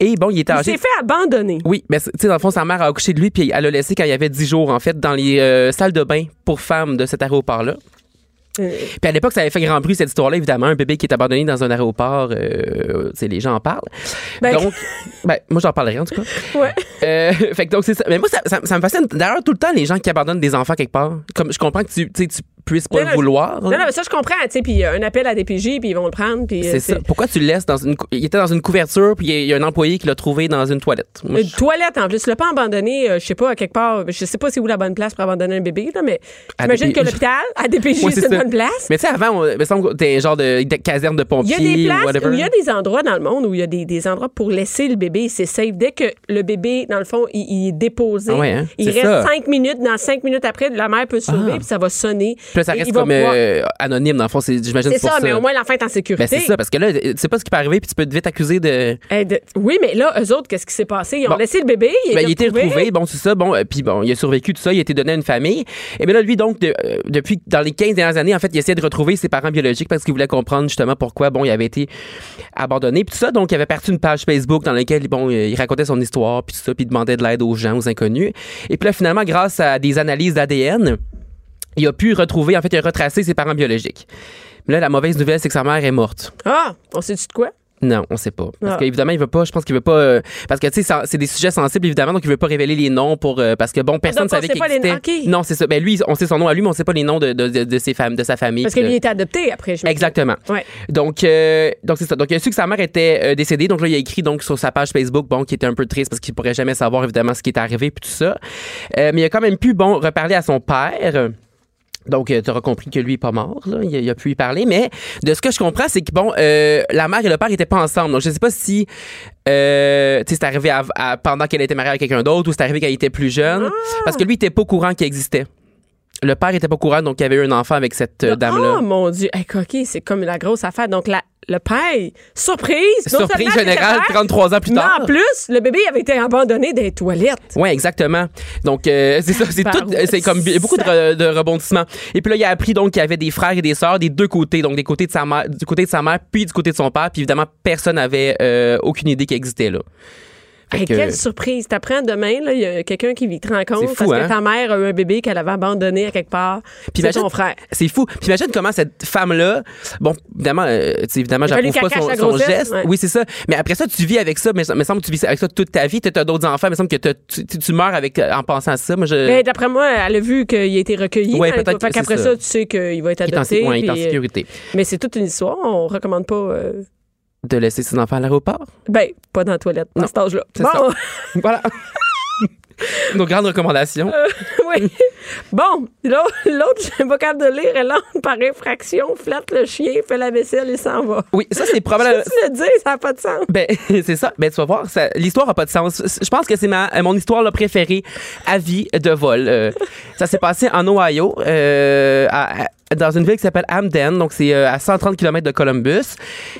Et bon, il était
Il
âgé...
s'est fait abandonner.
Oui, mais c'est- tu sais, dans le fond, sa mère a accouché de lui, puis elle l'a laissé quand il avait 10 jours, en fait, dans les euh, salles de bain pour femmes de cet aéroport-là.
Euh,
Puis à l'époque, ça avait fait grand bruit cette histoire-là, évidemment. Un bébé qui est abandonné dans un aéroport, euh, tu sais, les gens en parlent.
Ben-
Donc, ben, moi, j'en parlerai en tout cas.
Ouais.
Euh, fait que donc, c'est ça. Mais moi, ça, ça- ça me fascine. D'ailleurs, tout le temps, les gens qui abandonnent des enfants quelque part. Comme je comprends que tu, tu sais, tu puisses pas
Non,
le
non,
vouloir.
Non, non, mais ça, je comprends. Tu sais, puis il y a un appel à DPJ, puis ils vont le prendre. Puis, euh,
c'est ça. Pourquoi tu le laisses dans une. cou- Il était dans une couverture, puis il y a- il y, a un employé qui l'a trouvé dans une toilette. Moi,
Une
je-
toilette, en plus. Le pas abandonné, euh, je sais pas, à quelque part, je sais pas c'est où la bonne place pour abandonner un bébé, là, mais
À
j'imagine
DPJ.
que l'hôpital, à DPJ,
Ouais,
c'est
c'est
une
ça.
bonne place.
Mais tu sais, avant, on, il me semble que t'es un genre de, de caserne de
Il y
pompiers
a des places,
ou whatever.
où il y a des endroits dans le monde où il y a des, des endroits pour laisser le bébé, c'est safe. Dès que le bébé, dans le fond, il, il est déposé,
Ah ouais, hein?
il
C'est
reste
ça. Ah.
cinq minutes. Dans cinq minutes après, la mère peut se lever, puis ça va sonner.
Puis là, ça
Et
reste
il va
comme
pouvoir-
euh, anonyme, dans le fond. c'est- J'imagine
C'est
pour
ça, mais au moins l'enfant est en
Ben,
sécurité.
c'est ça, parce que là, tu sais pas ce qui peut arriver, puis tu peux vite accuser de.
Eh, de- Oui, mais là, eux autres, qu'est-ce qui s'est passé? Ils ont
Bon.
laissé le bébé.
Ben, il a
était
été retrouvé, bon, c'est ça, bon, euh, puis bon, il a survécu, tout ça, il a été donné à une famille. Et bien là, lui, donc, de- euh, depuis, dans les 15 dernières années, en fait, il essayait de retrouver ses parents biologiques parce qu'il voulait comprendre justement pourquoi, bon, il avait été abandonné, puis tout ça. Donc, il avait parti une page Facebook dans laquelle, bon, euh, il racontait son histoire, puis tout ça, puis il demandait de l'aide aux gens, aux inconnus. Et puis là, finalement, grâce à des analyses d'ADN, il a pu retrouver, en fait, il a retracé ses parents biologiques. Mais là, la mauvaise nouvelle, c'est que sa mère est morte.
Ah, on sait-tu de quoi?
Non, on sait pas. Parce
Ah.
qu'évidemment, il veut pas, je pense qu'il veut pas. euh, parce que, tu sais, ça- c'est des sujets sensibles, évidemment, donc il veut pas révéler les noms pour. euh, parce que, bon, personne
donc,
ne
on
savait
sait
qu'il
pas les noms.
existait.
Ok.
Non, c'est ça. Ben, lui, on sait son nom à lui, mais on sait pas les noms de, de, de, de ses femmes, de sa famille.
Parce que
puis
lui, il
de-
était adopté après, je me dis.
Exactement.
Ouais.
Donc, euh, donc c'est ça. Donc, il a su que sa mère était euh, décédée. Donc, là, il a écrit donc, sur sa page Facebook, bon, qui était un peu triste parce qu'il pourrait jamais savoir, évidemment, ce qui est arrivé, puis tout ça. Euh, mais il a quand même pu, bon, reparler à son père. Donc, euh, tu auras compris que lui n'est pas mort, là. Il, a- il a pu y parler. Mais de ce que je comprends, c'est que, bon, euh, la mère et le père n'étaient pas ensemble. Donc, je sais pas si, euh, tu sais, c'est arrivé à- à- pendant qu'elle était mariée à quelqu'un d'autre ou c'est arrivé quand il était plus jeune. Parce que lui, il était pas au courant qu'il existait. Le père était pas au courant, donc il avait eu un enfant avec cette euh, dame-là.
Oh mon Dieu. Hey, coquille, c'est comme la grosse affaire. Donc, la, le père, surprise! non
Surprise
seulement c'était
générale,
le père,
33 ans plus tard.
Mais en plus, le bébé avait été abandonné dans les toilettes.
Oui, exactement. Donc, euh, c'est ça, c'est
Par
tout,
où
c'est comme bi- beaucoup de, re- de rebondissements. Et puis là, il a appris donc qu'il y avait des frères et des sœurs des deux côtés, donc des côtés de sa mère, du côté de sa mère, puis du côté de son père. Puis évidemment, personne n'avait euh, aucune idée qu'il existait là. Fait
Hey,
que-
Quelle surprise! T'apprends demain, là, il y a quelqu'un qui te rencontre
C'est fou,
parce que
hein?
ta mère a eu un bébé qu'elle avait abandonné à quelque part. Puis c'est
imagine-
ton frère.
C'est fou. Puis imagine comment cette femme-là, bon, évidemment, euh, tu sais, évidemment,
fallu
j'approuve pas
qu'elle
son,
cache la
son
grossesse,
geste.
ouais.
Oui, c'est ça. Mais après ça, tu vis avec ça. Mais ça- me semble que tu vis avec ça toute ta vie. T'as t'as d'autres enfants. Me semble que t'as- tu, tu- tu meurs avec euh, en pensant à ça. Moi, je.
Mais Ben, d'après moi, elle a vu qu'il a été recueilli.
Ouais,
dans les
peut-être
toilettes.
que
Fait qu'après
c'est
ça.
ça.
tu sais qu'il va être
il est en-
adopté.
ouais, il est en
puis, euh,
sécurité.
mais c'est toute une histoire. On recommande pas. euh,
De laisser ses enfants à l'aéroport.
ben, pas dans la toilette, à cet âge-là.
c'est
Bon,
Voilà. nos grandes recommandations.
oui. Bon, l'au- l'autre, je suis pas capable de lire, elle entre par infraction, flatte le chien, fait la vaisselle et s'en va.
Oui, ça, c'est probablement.
Qu'est-ce que tu le dis? Ça n'a pas de sens.
Ben, c'est ça. Ben, tu vas voir, ça- l'histoire n'a pas de sens. Je pense que c'est ma, euh, mon histoire là, préférée à vie de vol. Euh, ça s'est passé en Ohio, euh, à- à- dans une ville qui s'appelle Hamden. Donc, c'est euh, à 130 km de Columbus.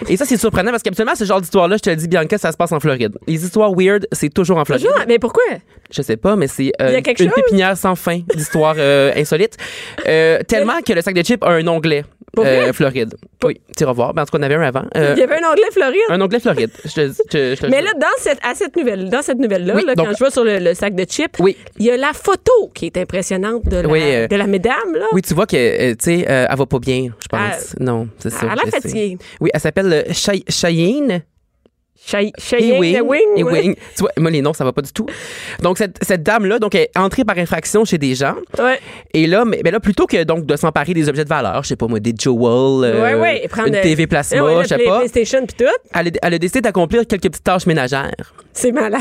Et ça, c'est surprenant parce qu'habituellement, ce genre d'histoire-là, je te le dis, Bianca, ça se passe en Floride. Les histoires weird, c'est toujours en Floride.
Toujours, mais pourquoi?
Je sais pas, mais c'est euh,
Il y a
une
quelque chose?
pépinière sans fin d'histoires euh, insolites. Euh, tellement que le sac de chips a un onglet.
Pour vrai?
euh, Floride. Oui, tu vas voir. Ben, en tout cas, on avait un avant. Euh,
Il y avait un onglet Floride.
un onglet Floride. Je te- je te- je te-
Mais là, dans cette, à cette nouvelle, dans cette nouvelle-là,
Oui,
là,
donc-
quand je vais sur le, le sac de chips,
Oui.
il y a la photo qui est impressionnante de la,
Oui, euh,
de la mesdame. Là.
Oui, tu vois que, euh, tu sais, euh, elle va pas bien, je pense. non, c'est ça.
elle a l'air
je sais.
fatiguée.
Oui, elle s'appelle euh, Chay- Cheyenne.
Chey-
Euh,
Cheyenne
Ewing.
the Wing. ouais.
Ewing. Tu vois, moi, les noms, ça va pas du tout. Donc, cette, cette dame-là, donc, elle est entrée par infraction chez des gens.
Ouais.
Et là, mais, mais là plutôt que donc de s'emparer des objets de valeur, je sais pas moi, des jewels, euh,
ouais, ouais. Et prendre,
une
euh,
TV plasma,
ouais, ouais,
je sais
play-
pas,
PlayStation puis tout.
elle, a- elle a décidé d'accomplir quelques petites tâches ménagères.
C'est malade.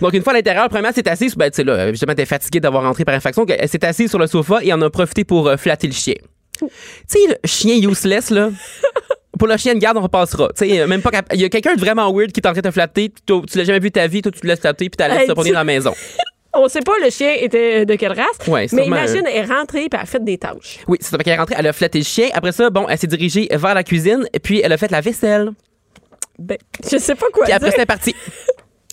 Donc, une fois à l'intérieur, premièrement, elle s'est assise. Ben, tu sais, là, évidemment, elle était fatiguée d'avoir rentré par infraction. Elle s'est assise sur le sofa et en a profité pour euh, flatter le chien. Tu sais, le chien useless, là. Pour le chien de garde, on repassera. Tu sais, euh, même pas cap- Il y a quelqu'un de vraiment weird qui est en train de te flatter. Tu t'as- tu l'as jamais vu de ta vie, toi, tu te laisses flatter, puis tu laisses
Hey,
te promener
tu-
dans la maison.
On sait pas le chien était de quelle race,
Ouais, c'est
mais
sûrement
imagine, elle est rentrée et elle a fait des tâches.
Oui, c'est ça. Fait qu'elle est rentrée, elle a flatté le chien. Après ça, bon, elle s'est dirigée vers la cuisine, et puis elle a fait la vaisselle.
Ben, je sais pas quoi
Puis après,
dire.
c'était parti.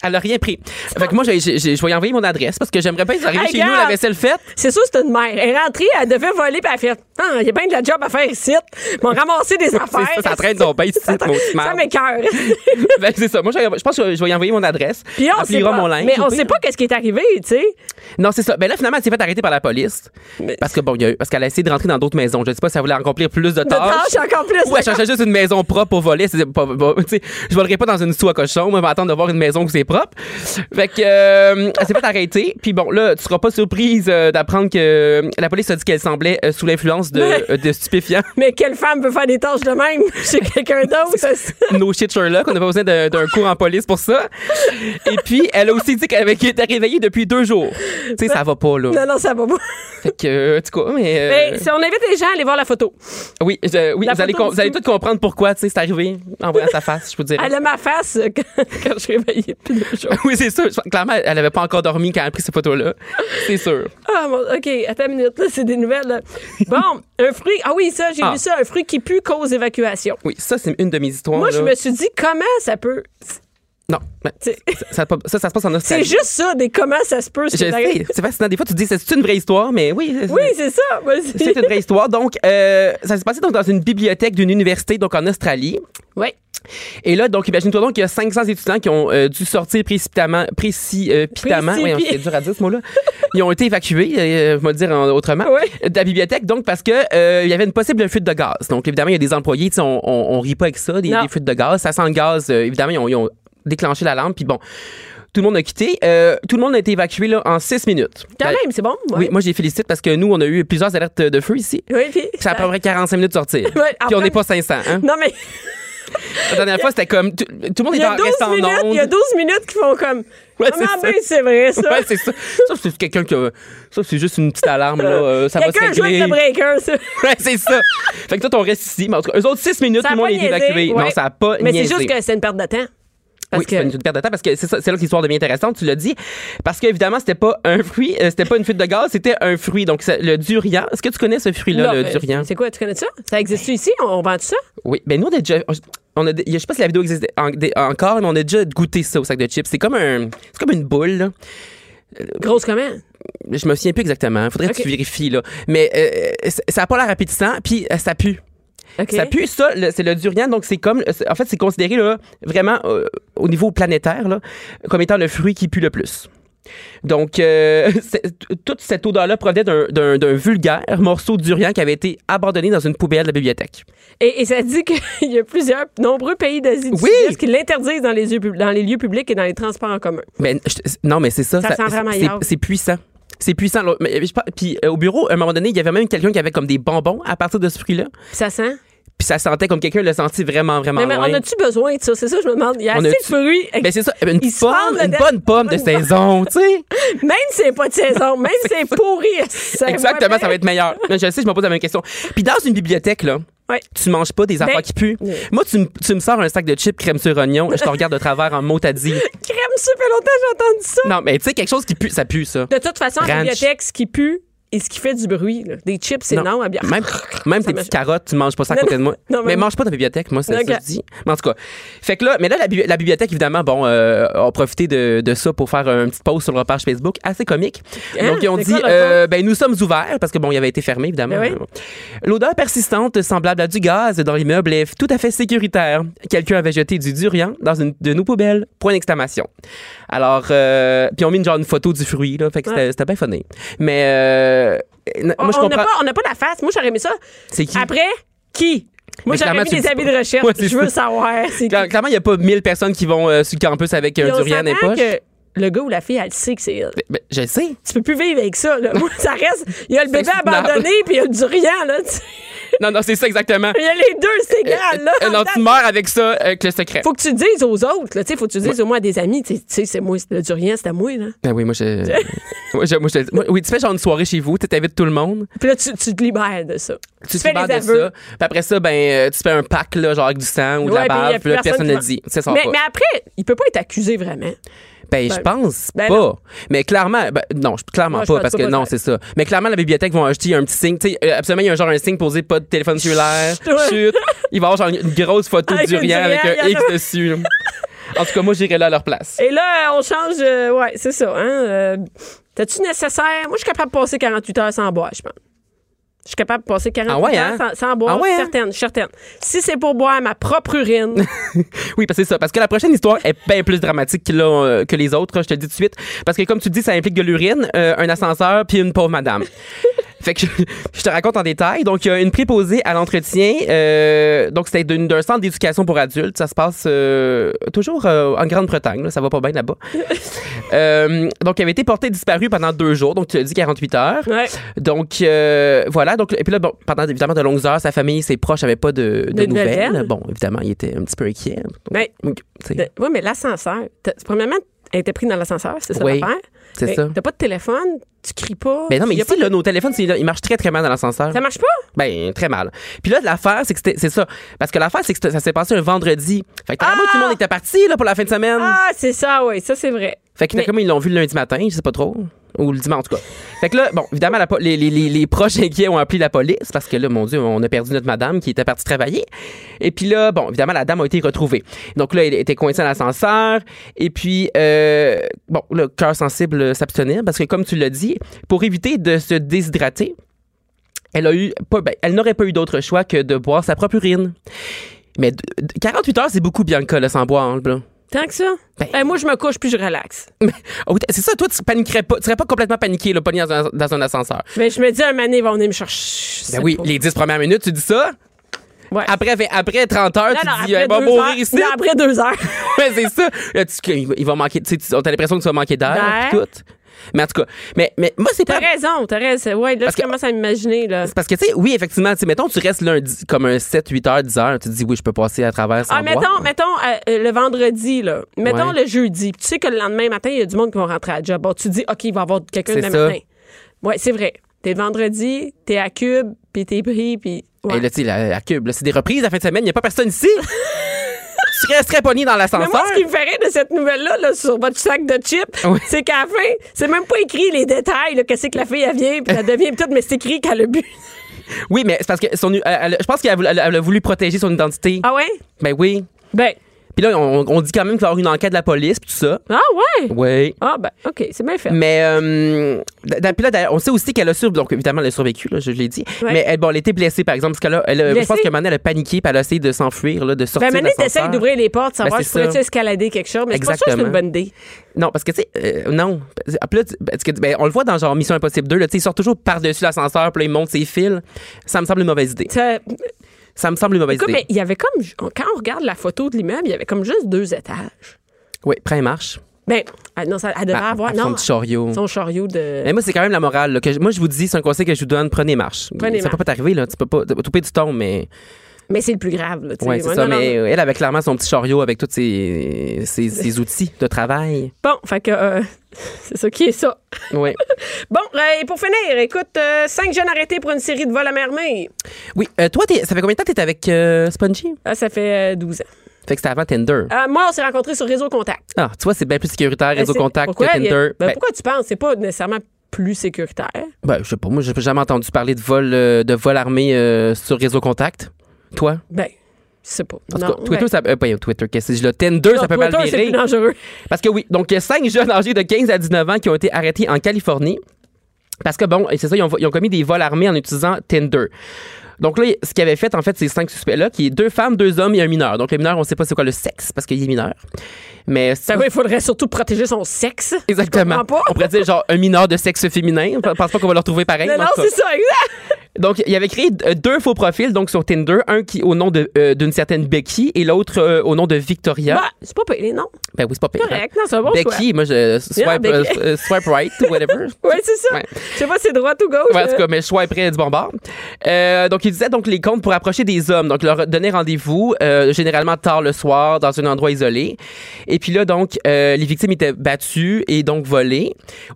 Elle a rien pris. Fait que moi, j'ai- j'ai- j'ai- je vais y envoyer mon adresse parce que j'aimerais pas qu'ils arrivent
Hey,
chez nous, la
garde!
vaisselle faite.
C'est sûr, c'est une mère. Elle est rentrée, elle devait voler, puis elle a fait Ah, il y a bien de la job à faire ici. Ils m'ont ramassé des affaires.
ça, ça traîne donc bien ici,
Ça tra-
maudite
Ça
merde.
m'écoeure.
Ben, c'est ça. Moi, je, je pense que je vais y envoyer mon adresse.
Puis on
Elle
sait
pliera
pas,
mon linge.
mais
au
on
pire.
sait pas qu'est-ce qui est arrivé, tu sais.
Non, c'est ça. Ben là, finalement, elle s'est fait arrêter par la police. Parce que, bon, il y a eu- parce qu'elle a essayé de rentrer dans d'autres maisons. Je sais pas si elle voulait accomplir plus de
De
tâches.
tâches encore plus.
Ou elle cherchait juste une maison propre pour voler. C'est pas- pas- tu sais, je volerai pas dans une sou à cochon. Moi, je vais attendre de voir une maison où c'est propre. Fait que, euh, elle s'est fait arrêter. Puis bon, là, tu seras pas surprise euh, d'apprendre que euh, la police a dit qu'elle semblait euh, sous l'influence de,
Mais-
euh, de stupéfiants.
Mais quelle femme peut faire des tâches de même chez quelqu'un d'autre?
No shit Sherlock, on n'a pas besoin d'un d'un cours en police pour ça. Et puis, elle a aussi dit qu'elle avait- qu'elle était réveillée depuis deux jours. Tu sais, ça va pas, là.
Non, non, ça va pas.
Fait que, en tout cas, mais. euh,
Mais si on invite les gens à aller voir la photo.
Oui, je- oui
La
vous, allez,
photo
com-
du
vous allez
tout.
tout comprendre pourquoi, tu sais, c'est arrivé en voyant sa face, je vous dirais.
Elle a ma face euh, quand, quand je suis réveillée depuis deux jours.
Oui, c'est sûr. Je- Clairement, elle n'avait pas encore dormi quand elle a pris cette photo-là. C'est sûr.
Ah, mon- OK, attends une minute, là, c'est des nouvelles. là. Bon, un fruit. Ah oui, ça, j'ai
Ah.
vu ça. Un fruit qui pue cause évacuation.
Oui, ça, c'est une de mes histoires.
Moi,
là.
je me suis dit, comment ça peut.
Non, mais
C'est-
ça, ça, ça, ça se passe en
C'est
Australie.
juste ça, des comment ça se peut.
Je sais, c'est fascinant. Des fois, tu te dis, c'est une vraie histoire, mais oui.
Oui, c'est ça. Vas-y.
C'est une vraie histoire. Donc, euh, ça s'est passé donc dans une bibliothèque d'une université, donc en Australie.
Oui.
Et là, donc, imagine-toi donc qu'il y a 500 étudiants qui ont euh, dû sortir précipitamment, précis, euh, pitamment.
Précipi-
Voyons, c'est dur à dire ce mot-là. Ils ont été évacués, euh, je vais le dire en- autrement,
Ouais.
de la bibliothèque, donc, parce que euh, il y avait une possible fuite de gaz. Donc, évidemment, il y a des employés, tu sais, on, on, on rit pas avec ça, des,
Non.
des fuites de gaz. Ça sent le gaz, euh, évidemment, ils ont, ils ont déclenché l'alarme, puis bon. Tout le monde a quitté. Euh, tout le monde a été évacué là, en six minutes.
Quand
Ben,
même, c'est bon. ouais.
Oui, moi, j'ai félicite parce que nous, on a eu plusieurs alertes de feu ici.
Oui, puis.
Ça prendrait 45 minutes de sortir.
Ouais,
Puis on
après-
n'est pas 500. Hein?
Non, mais
La dernière fois, c'était comme tout, tout le monde
il y,
est
a
en
12
restant en
minutes, il y a
onde.
12 minutes qui font comme.
Ouais,
Ah,
c'est ça.
mais ben, c'est vrai, ça.
Ouais, c'est ça. Ça, c'est quelqu'un qui a- Ça, c'est juste une petite alarme, là. euh, Ça va se
Quelqu'un joue avec
régler.
le breaker, ça.
Ouais, c'est ça. Fait que toi, on reste ici. Mais en tout cas, eux autres, 6 minutes,
Ça
tout
a
le monde
pas
est
niaisé,
évacué.
ouais.
Non, ça n'a pas
Mais c'est
niaisé.
juste que c'est une perte de temps. Parce
oui, c'est
que-
pas une perte de temps parce que c'est ça- c'est là que l'histoire devient intéressante, tu l'as dit. Parce qu'évidemment, c'était pas un fruit, euh, c'était pas une fuite de gaz, c'était un fruit. Donc, c'est le durian. Est-ce que tu connais ce fruit-là,
Non,
le
mais
durian?
euh, C'est quoi, tu connais ça? Ça existe ici? On on vend ça?
Oui, ben nous, on a déjà. On a, je sais pas si la vidéo existe en- des- encore, mais on a déjà goûté ça au sac de chips. C'est comme, un, c'est comme une boule, là.
Grosse comment?
Je me souviens plus exactement. Faudrait que tu
Ok.
vérifies, là. Mais euh, c- ça a pas l'air appétissant, puis euh, ça pue.
OK.
Ça pue, ça, le- c'est le durian, donc c'est comme. c'est- En fait, c'est considéré, là, vraiment, euh, au niveau planétaire, là, comme étant le fruit qui pue le plus. Donc, euh, c'est- t- toute cette odeur-là provenait d'un- d'un d'un vulgaire morceau de durian qui avait été abandonné dans une poubelle de la bibliothèque.
Et, et ça dit qu'il y a plusieurs, nombreux pays d'Asie du
Oui!
Sud-Est qui l'interdisent dans, les lieux pub- dans les lieux publics et dans les transports en commun.
Mais je- non, mais c'est ça.
Ça sent vraiment
c'est-
yard.
C'est puissant. C'est puissant. là. Mais, je par- Puis euh, au bureau, à un moment donné, il y avait même quelqu'un qui avait comme des bonbons à partir de ce fruit-là.
Puis ça sent?
Puis ça sentait comme quelqu'un l'a senti vraiment, vraiment
Mais, mais
loin.
on a-tu besoin de ça? C'est ça, que je me demande. Il y a
On
assez
a-tu-
de fruits.
Ben, c'est ça, une,
Ils se
pomme,
forment
une
dedans.
bonne pomme de saison, tu sais.
Même si c'est pas de saison, même si c'est pourri. c'est
Exactement,
moins
ça va être meilleur. Mais je le sais, je me pose la même question. Puis dans une bibliothèque, là,
Ouais.
tu manges pas des affaires qui puent.
Ben, oui.
Moi, tu, me- tu me sors un sac de chips crème sur oignon, je te regarde de travers en mot t'as dit.
Crème, ça fait longtemps que j'ai entendu ça.
Non, mais tu sais, quelque chose qui pue, ça pue, ça.
De toute façon, la
Ranch.
bibliothèque, ce qui pue et ce qui fait du bruit, là. des chips, c'est non. à bien.
Même, même tes
me-
petites carottes, tu manges pas ça à
Non,
côté de
non.
moi.
Non,
mais
même-
mange pas dans la bibliothèque, moi, c'est
Ok.
ça que je dis. Mais en tout cas. Fait que là, mais là, la, bi- la bibliothèque, évidemment, bon, euh, a profité de, de ça pour faire une petite pause sur leur page Facebook. Assez comique.
Hein?
Donc, ils ont
C'est
dit,
quoi leur
euh, ben, nous sommes ouverts, parce que bon, il avait été fermé, évidemment.
Ben
L'odeur persistante, semblable à du gaz dans l'immeuble, est tout à fait sécuritaire. Quelqu'un avait jeté du durian dans une de nos poubelles. Point d'exclamation. Alors, euh, puis on mis une genre une photo du fruit, là. Fait que c'était- c'était bien funny. Mais, euh, n-
On-
moi, je
on n'a
comprends.
pas, on n'a pas la face. Moi, j'aurais aimé ça.
C'est qui?
Après, qui? Moi,
Mais
j'aurais
clairement,
mis
tu le
des
dis
habits
pas.
de recherche.
Ouais, c'est
je veux
ça.
savoir. c'est qui.
Cla- Clairement, il n'y a pas 1000 personnes qui vont euh, sur le campus avec
Puis
un
on
durian et
s'entend
poche.
que Le gars ou la fille, elle sait que c'est elle.
Ben, je le sais.
Tu peux plus vivre avec ça. Là. Moi, ça reste. Il y a le bébé
insoutenable.
abandonné puis il y a le durian. Là. tu-
Non, non, c'est ça exactement.
Il y a les deux, c'est égal. Là.
Euh, non, tu meurs avec ça, avec le secret.
Faut que tu le dises aux autres. Là. Tu sais, Faut que tu le dises au moins à des amis. Tu sais, tu sais, c'est moi, le durian, c'est à moi. Là.
Ben oui, moi, je. moi, je, moi, je- moi, oui, tu fais genre une soirée chez vous, tu t'invites tout le monde,
Puis là, tu, tu te libères de ça.
tu, te
fais
libères
des
de
aveux.
ça. Puis après ça, ben, euh, tu fais un pack, là, genre avec du sang ou de
Ouais, puis
la
il y a
bave, puis là, personne
qui
ne le
va-
dit. Ça sort
mais,
pas.
mais après, il peut pas être accusé vraiment.
Ben, je pense
ben
pas.
non.
Mais clairement, ben, non, je- clairement
Moi, je
pas,
pense
parce
pas
que
pas
non,
ça.
c'est ça. Mais clairement, la bibliothèque vont acheter un petit signe. Tu sais, euh, absolument, il y a un genre un signe posé, pas de téléphone cellulaire,
ouais.
chute. Il va y avoir genre une une grosse photo
Avec
du
une
rien avec
durian,
un
il y en
X
a-
dessus. En tout cas, moi, j'irai là à leur place.
Et là, euh, on change. euh, ouais, c'est ça. Hein, euh, T'as-tu nécessaire? Moi, je suis capable de passer 48 heures sans boire, je pense. Je suis capable de passer 48
Ah ouais,
heures
hein?
sans, sans boire,
Ah ouais, hein?
certaines, certaines. Si c'est pour boire ma propre urine,
Oui, parce que c'est ça. Parce que la prochaine histoire est bien plus dramatique que, là, euh, que les autres, je te le dis tout de suite. Parce que comme tu dis, ça implique de l'urine, euh, un ascenseur, puis une pauvre madame. Fait que je, je te raconte en détail. Donc, il y a une préposée à l'entretien. euh, donc, c'était d'une- d'un centre d'éducation pour adultes. Ça se passe euh, toujours euh, en Grande-Bretagne. là. Ça va pas bien là-bas. Euh, donc, elle avait été portée disparue pendant deux jours. Donc, tu as dit 48 heures.
ouais,
Donc, euh, voilà. Donc, et puis là, bon, pendant évidemment de longues heures, sa famille, ses proches n'avaient pas de, de
De nouvelles.
nouvelles. Bon, évidemment, il était un petit peu inquiet.
Mais-
Donc, tu sais.
ben, de- ouais, mais l'ascenseur. t'as- Premièrement, elle était prise dans l'ascenseur, c'est ça
Oui,
l'affaire.
c'est
Mais
ça.
T'as pas de téléphone, tu cries pas.
Ben non, mais
y a
ici,
pas de-
là, nos téléphones, c'est- ils marchent très, très mal dans l'ascenseur.
Ça marche pas?
Ben, très mal. Puis là, l'affaire, c'est que c'était- c'est ça. Parce que l'affaire, c'est que c'était- ça s'est passé un vendredi. Fait que normalement, tout le monde était parti, là, pour la fin de semaine.
Ah, c'est ça, oui, ça c'est vrai.
Fait que
Mais-
comme ils l'ont vu le lundi matin, je sais pas trop. Ou le dimanche, en tout cas. Fait que là, bon, évidemment, la po- les, les- les- les proches inquiets ont appelé la police parce que là, mon Dieu, on a perdu notre madame qui était partie travailler. Et puis là, bon, évidemment, la dame a été retrouvée. Donc là, elle était coincée dans l'ascenseur. Et puis, euh, bon, le cœur sensible euh, s'abstenir parce que, comme tu l'as dit, pour éviter de se déshydrater, elle a eu pas, ben, elle n'aurait pas eu d'autre choix que de boire sa propre urine. Mais d- d- 48 heures, c'est beaucoup, Bianca, là, sans boire. Là.
Tant que ça.
Ben-
Eh, moi, je me couche puis je relaxe.
Oh, t- c'est ça, toi, tu paniquerais pas, tu serais pas complètement paniqué, là, pogné dans un, dans un ascenseur.
Mais Ben, je me dis, un mané, ils vont venir me chercher. Je sais
Ben oui,
pas.
les 10 premières minutes, tu dis ça.
Ouais.
Après, vingt- après 30 heures,
Non,
tu
non,
dis,
après
elle va
deux
mourir
heures-
ici.
Non, après deux heures.
Ouais, c'est ça. Là, tu- il va- il va manquer, tu sais, tu- on a l'impression que tu vas manquer d'air,
D'air.
pis tout. Mais en tout cas, mais, mais moi, c'est pas.
T'as raison, t'as raison. Ouais, là,
Parce
je
que-
commence à m'imaginer, là.
Parce que, tu sais, oui, effectivement, tu sais, mettons, tu restes lundi comme un 7, 8 heures, 10 heures, tu te dis, oui, je peux passer à travers sans
Ah, mettons,
boire.
mettons euh, euh, le vendredi, là. Mettons
Ouais.
le jeudi. Puis Tu sais que le lendemain matin, il y a du monde qui va rentrer à la job. Bon, tu dis, OK, il va y avoir quelqu'un
C'est
demain
ça.
matin. Ouais, c'est vrai. T'es le vendredi, t'es à Cube, puis t'es pris, puis. ouais.
Et là, tu sais, la, la cube, là, c'est des reprises la fin de semaine, il n'y a pas personne ici. tu resterais pogné dans
Mais
l'ascenseur.
moi, ce qui me ferait de cette nouvelle-là, là, sur votre sac de chips,
Oui.
c'est qu'à la fin, c'est même pas écrit les détails, là, qu'est-ce que la fille, elle vient, puis elle devient tout, mais c'est écrit qu'elle a bu.
Oui, mais c'est parce que son, elle- elle- je pense qu'elle a voulu- elle a voulu protéger son identité.
Ah ouais?
Ben oui.
Ben.
Puis là, on, on dit quand même qu'il va y avoir une enquête de la police, puis tout ça.
Ah ouais?
Oui.
Ah ben, OK, c'est bien fait.
Mais euh, d- d- puis là, d'ailleurs, on sait aussi qu'elle a survécu. Donc, évidemment, elle a survécu, là, je l'ai dit.
Ouais.
Mais elle, bon, elle était blessée, par exemple, parce qu'elle a- elle a- je pense
Blessée?
que maintenant, elle a paniqué, puis elle a essayé de s'enfuir, là, de sortir.
Ben, maintenant,
de
t'essayes
l'ascenseur.
d'ouvrir les portes, savoir
Ben,
si
c'est
pourrais-tu
ça.
escalader quelque chose, mais c'est pas sûr que c'est une
Exactement.
bonne idée.
Non, parce que, tu sais, euh, non. Ah, puis là, tu- parce que, ben, on le voit dans genre Mission Impossible 2, là, tu sais, il sort toujours par-dessus l'ascenseur, puis là, il monte ses fils. Ça me semble une mauvaise idée.
Ça-
Ça me semble une mauvaise
Écoute,
idée.
mais il y avait comme, quand on regarde la photo de l'immeuble, il y avait comme juste deux étages.
Oui, prends et marche.
Ben, elle- non, ça, elle devrait
Ben,
avoir,
elle fait
non.
Son petit chariot.
son chariot de.
Mais Eh, moi, c'est quand même la morale. là, que je- moi, je vous dis, c'est un conseil que je vous donne, prenez marche.
Prenez
ça peut
marche.
pas t'arriver, là. Tu peux pas. Tout pire, tu tombes, mais.
Mais c'est le plus grave. Là, tu sais.
Oui, c'est
Ouais,
ça.
non, non,
mais euh,
non.
elle avait clairement son petit chariot avec tous ses, ses- ses outils de travail.
Bon, fait que euh, c'est ça qui est ça.
Oui.
Bon, euh, et pour finir, écoute, euh, cinq jeunes arrêtés pour une série de vols à merveille.
Oui. euh, toi, t'es- ça fait combien de temps que t'es avec euh, Spongy?
Ah, ça fait euh, 12 ans.
Fait que c'était avant Tinder.
Euh, moi, on s'est rencontrés sur Réseau Contact.
Ah, tu vois, c'est bien plus sécuritaire, réseau
Euh, c'est-
contact
pourquoi,
que
il y a-
Tinder.
ben,
Ben,
pourquoi tu penses? C'est pas nécessairement plus sécuritaire.
ben, je sais pas, moi, j'ai jamais entendu parler de vol, euh, de vol armé euh, sur réseau contact. Toi?
Ben, je sais pas.
En tout
Non,
cas, Twitter,
ben,
ça, euh, pas Twitter, qu'est-ce que je dis là? Tinder,
non,
ça peut
Twitter,
mal
c'est
virer.
plus dangereux.
Parce que oui, donc euh, cinq jeunes âgés de 15 à 19 ans qui ont été arrêtés en Californie. Parce que bon, et c'est ça, ils ont, ils ont commis des vols armés en utilisant Tinder. Donc là, ce qu'ils avaient fait, en fait, ces cinq suspects-là, qui est deux femmes, deux hommes et un mineur. Donc le mineur, on ne sait pas c'est quoi le sexe, parce qu'il est mineur. Mais
Ça, il faudrait surtout protéger son sexe.
Exactement.
Je comprends pas.
On pourrait dire genre un mineur de sexe féminin. Je pense pas qu'on va le retrouver pareil.
Mais
mais en
non,
tout cas.
c'est ça, exact.
Donc, il avait créé euh, deux faux profils donc sur Tinder, un qui au nom de, euh, d'une certaine Becky et l'autre euh, au nom de Victoria.
Ben, c'est pas payé, non.
ben oui, c'est pas pire.
Correct, non, c'est un bon
Becky,
choix.
moi je
Yeah,
swipe,
Becky.
euh, euh, swipe right, whatever.
Oui, c'est ça.
Ouais.
Je sais pas si c'est droite ou gauche.
Ouais, en tout
euh.
cas, mais je près du bon bord. Euh, donc, il disait donc les comptes pour approcher des hommes. Donc, leur donner rendez-vous, euh, généralement tard le soir, dans un endroit isolé. Et puis là, donc, euh, les victimes étaient battues et donc volées.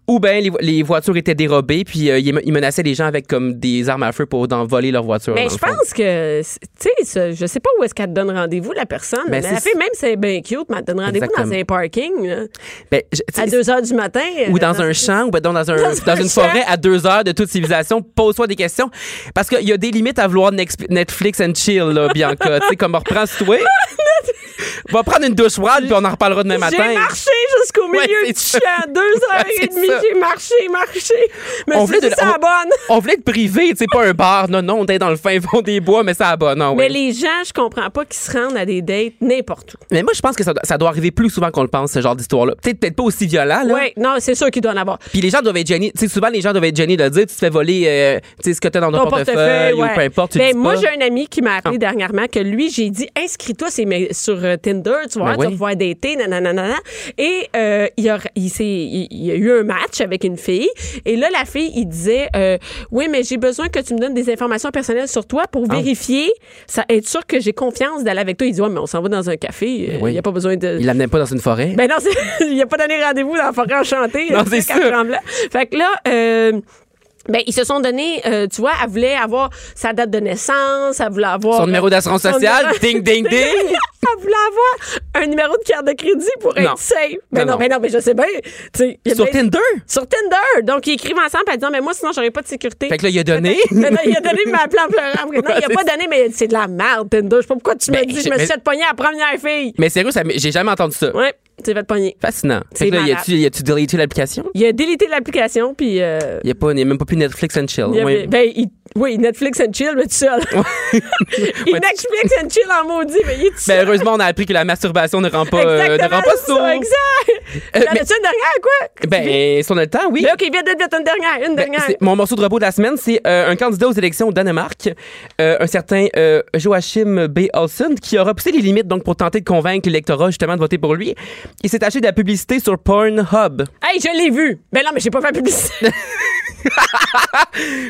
Ou bien les, vo- les voitures étaient dérobées, puis euh, ils men- ils menaçaient les gens avec comme des armes à feu pour en voler leur voiture.
Mais
dans
Ben, je
le fond.
pense que, c'est- tu sais, ça, je sais pas où est-ce qu'elle te donne rendez-vous, la personne. mais
Ben,
la
c'est-
fille, même si elle est bien cute, mais elle te donne rendez-vous dans
Exactement.
un parking là,
Ben, je- tu sais,
à 2 heures du matin.
ou
euh,
dans un champ, ou ben dans, dans un,
Dans
dans,
un
une
champ.
forêt à deux heures de toute civilisation, pose-toi des questions. Parce qu'il y a des limites à vouloir Nex- Netflix and chill, là, Bianca. tu sais, comme reprends-toi. Va prendre une douche froide, puis on en reparlera demain matin.
J'ai marché jusqu'au
Ouais,
milieu
c'est
du
ça.
champ. Deux heures
Ouais,
et
c'est
demie,
ça.
j'ai marché, marché. Mais
On
c'est
voulait de-
ça la
on-
bonne.
On voulait être privé, tu sais, pas un bar. Non, non, on était dans le fin fond des bois, mais ça à bas, non.
Mais
ouais.
les gens, je comprends pas qu'ils se rendent à des dates n'importe où.
Mais moi, je pense que ça, doit- ça doit arriver plus souvent qu'on le pense, ce genre d'histoire-là. Peut-être peut-être pas aussi violent, là.
Oui, non, c'est sûr qu'ils doivent en avoir.
Puis les gens doivent être gênés. Tu sais, souvent, les gens doivent être gênés de dire, tu te fais voler, euh, tu sais, ce que t'as dans ton,
Ton portefeuille,
ou
ouais.
peu importe. Tu le
Ben,
dis
moi,
pas.
j'ai un ami qui m'a appelé
Ah.
dernièrement que lui, j'ai dit inscris-toi c'est mes- sur euh, Tinder, tu vois,
Ben
tu
oui.
vas pouvoir dater, nanana. nanana. Et euh, il, a, il, s'est- il, il a eu un match avec une fille. Et là, la fille, il disait euh, Oui, mais j'ai besoin que tu me donnes des informations personnelles sur toi
Ah.
pour vérifier, ça, être sûr que j'ai confiance d'aller avec toi. Il dit Ouais, mais on s'en va dans un café, euh, il
Ben oui.
n'y a pas besoin de.
Il l'amenait pas dans une forêt.
Ben non, c'est- il a pas donné rendez-vous dans la forêt enchantée.
Non,
euh,
c'est
qu'à
sûr.
Tremblant. Fait que là, euh, ben, ils se sont donné, euh, tu vois, elle voulait avoir sa date de naissance, elle voulait avoir... euh,
Son numéro d'assurance
son
sociale,
numéro-
ding, ding, ding.
elle voulait avoir un numéro de carte de crédit pour
Non.
être safe. Mais
Non,
non,
non.
mais non, mais je sais bien. tu sais, il y a
Sur
bien-
Tinder?
Sur Tinder. Donc, ils écrivent ensemble, puis elle dit, mais moi, sinon, j'aurais pas de sécurité.
Fait que là, il a donné.
Mais non, il a donné ma plan pleurant. Non, il
Ouais,
a pas donné, mais c'est de la merde, Tinder. Je sais pas pourquoi tu me
Ben,
dis,
j'ai-
je me
mais-
suis fait pogner à la première fille.
Mais sérieux, ça m'est- j'ai jamais entendu ça.
Ouais, tu t'es fait pogner.
Fascinant.
C'est
Fait que là, y
malade.
a-tu, y a-tu deleté l'application?
Il a délité l'application, puis. euh,
Y a pas, y a même pas plus Netflix and chill.
il avait-
Ouais.
ben, il- oui, Netflix and chill, mais tout seul. il Netflix and chill en maudit, mais il est tout
Ben,
seul.
heureusement, on a appris que la masturbation ne rend pas, euh, ne
Exactement,
rend pas
c'est
sourd.
ça, exact.
Euh,
T'en
mais-
as-tu une dernière, quoi?
Ben, si on a le temps, oui.
Là, OK, vite, vite, vite, une dernière, une
Ben,
dernière.
c'est- mon morceau de robot de la semaine, c'est euh, un candidat aux élections au Danemark, euh, un certain euh, Joachim B. Olsen, qui aura poussé les limites donc pour tenter de convaincre l'électorat justement de voter pour lui. Il s'est acheté de la publicité sur Pornhub.
Hey, je l'ai vu. Ben non, mais j'ai pas fait la publicité.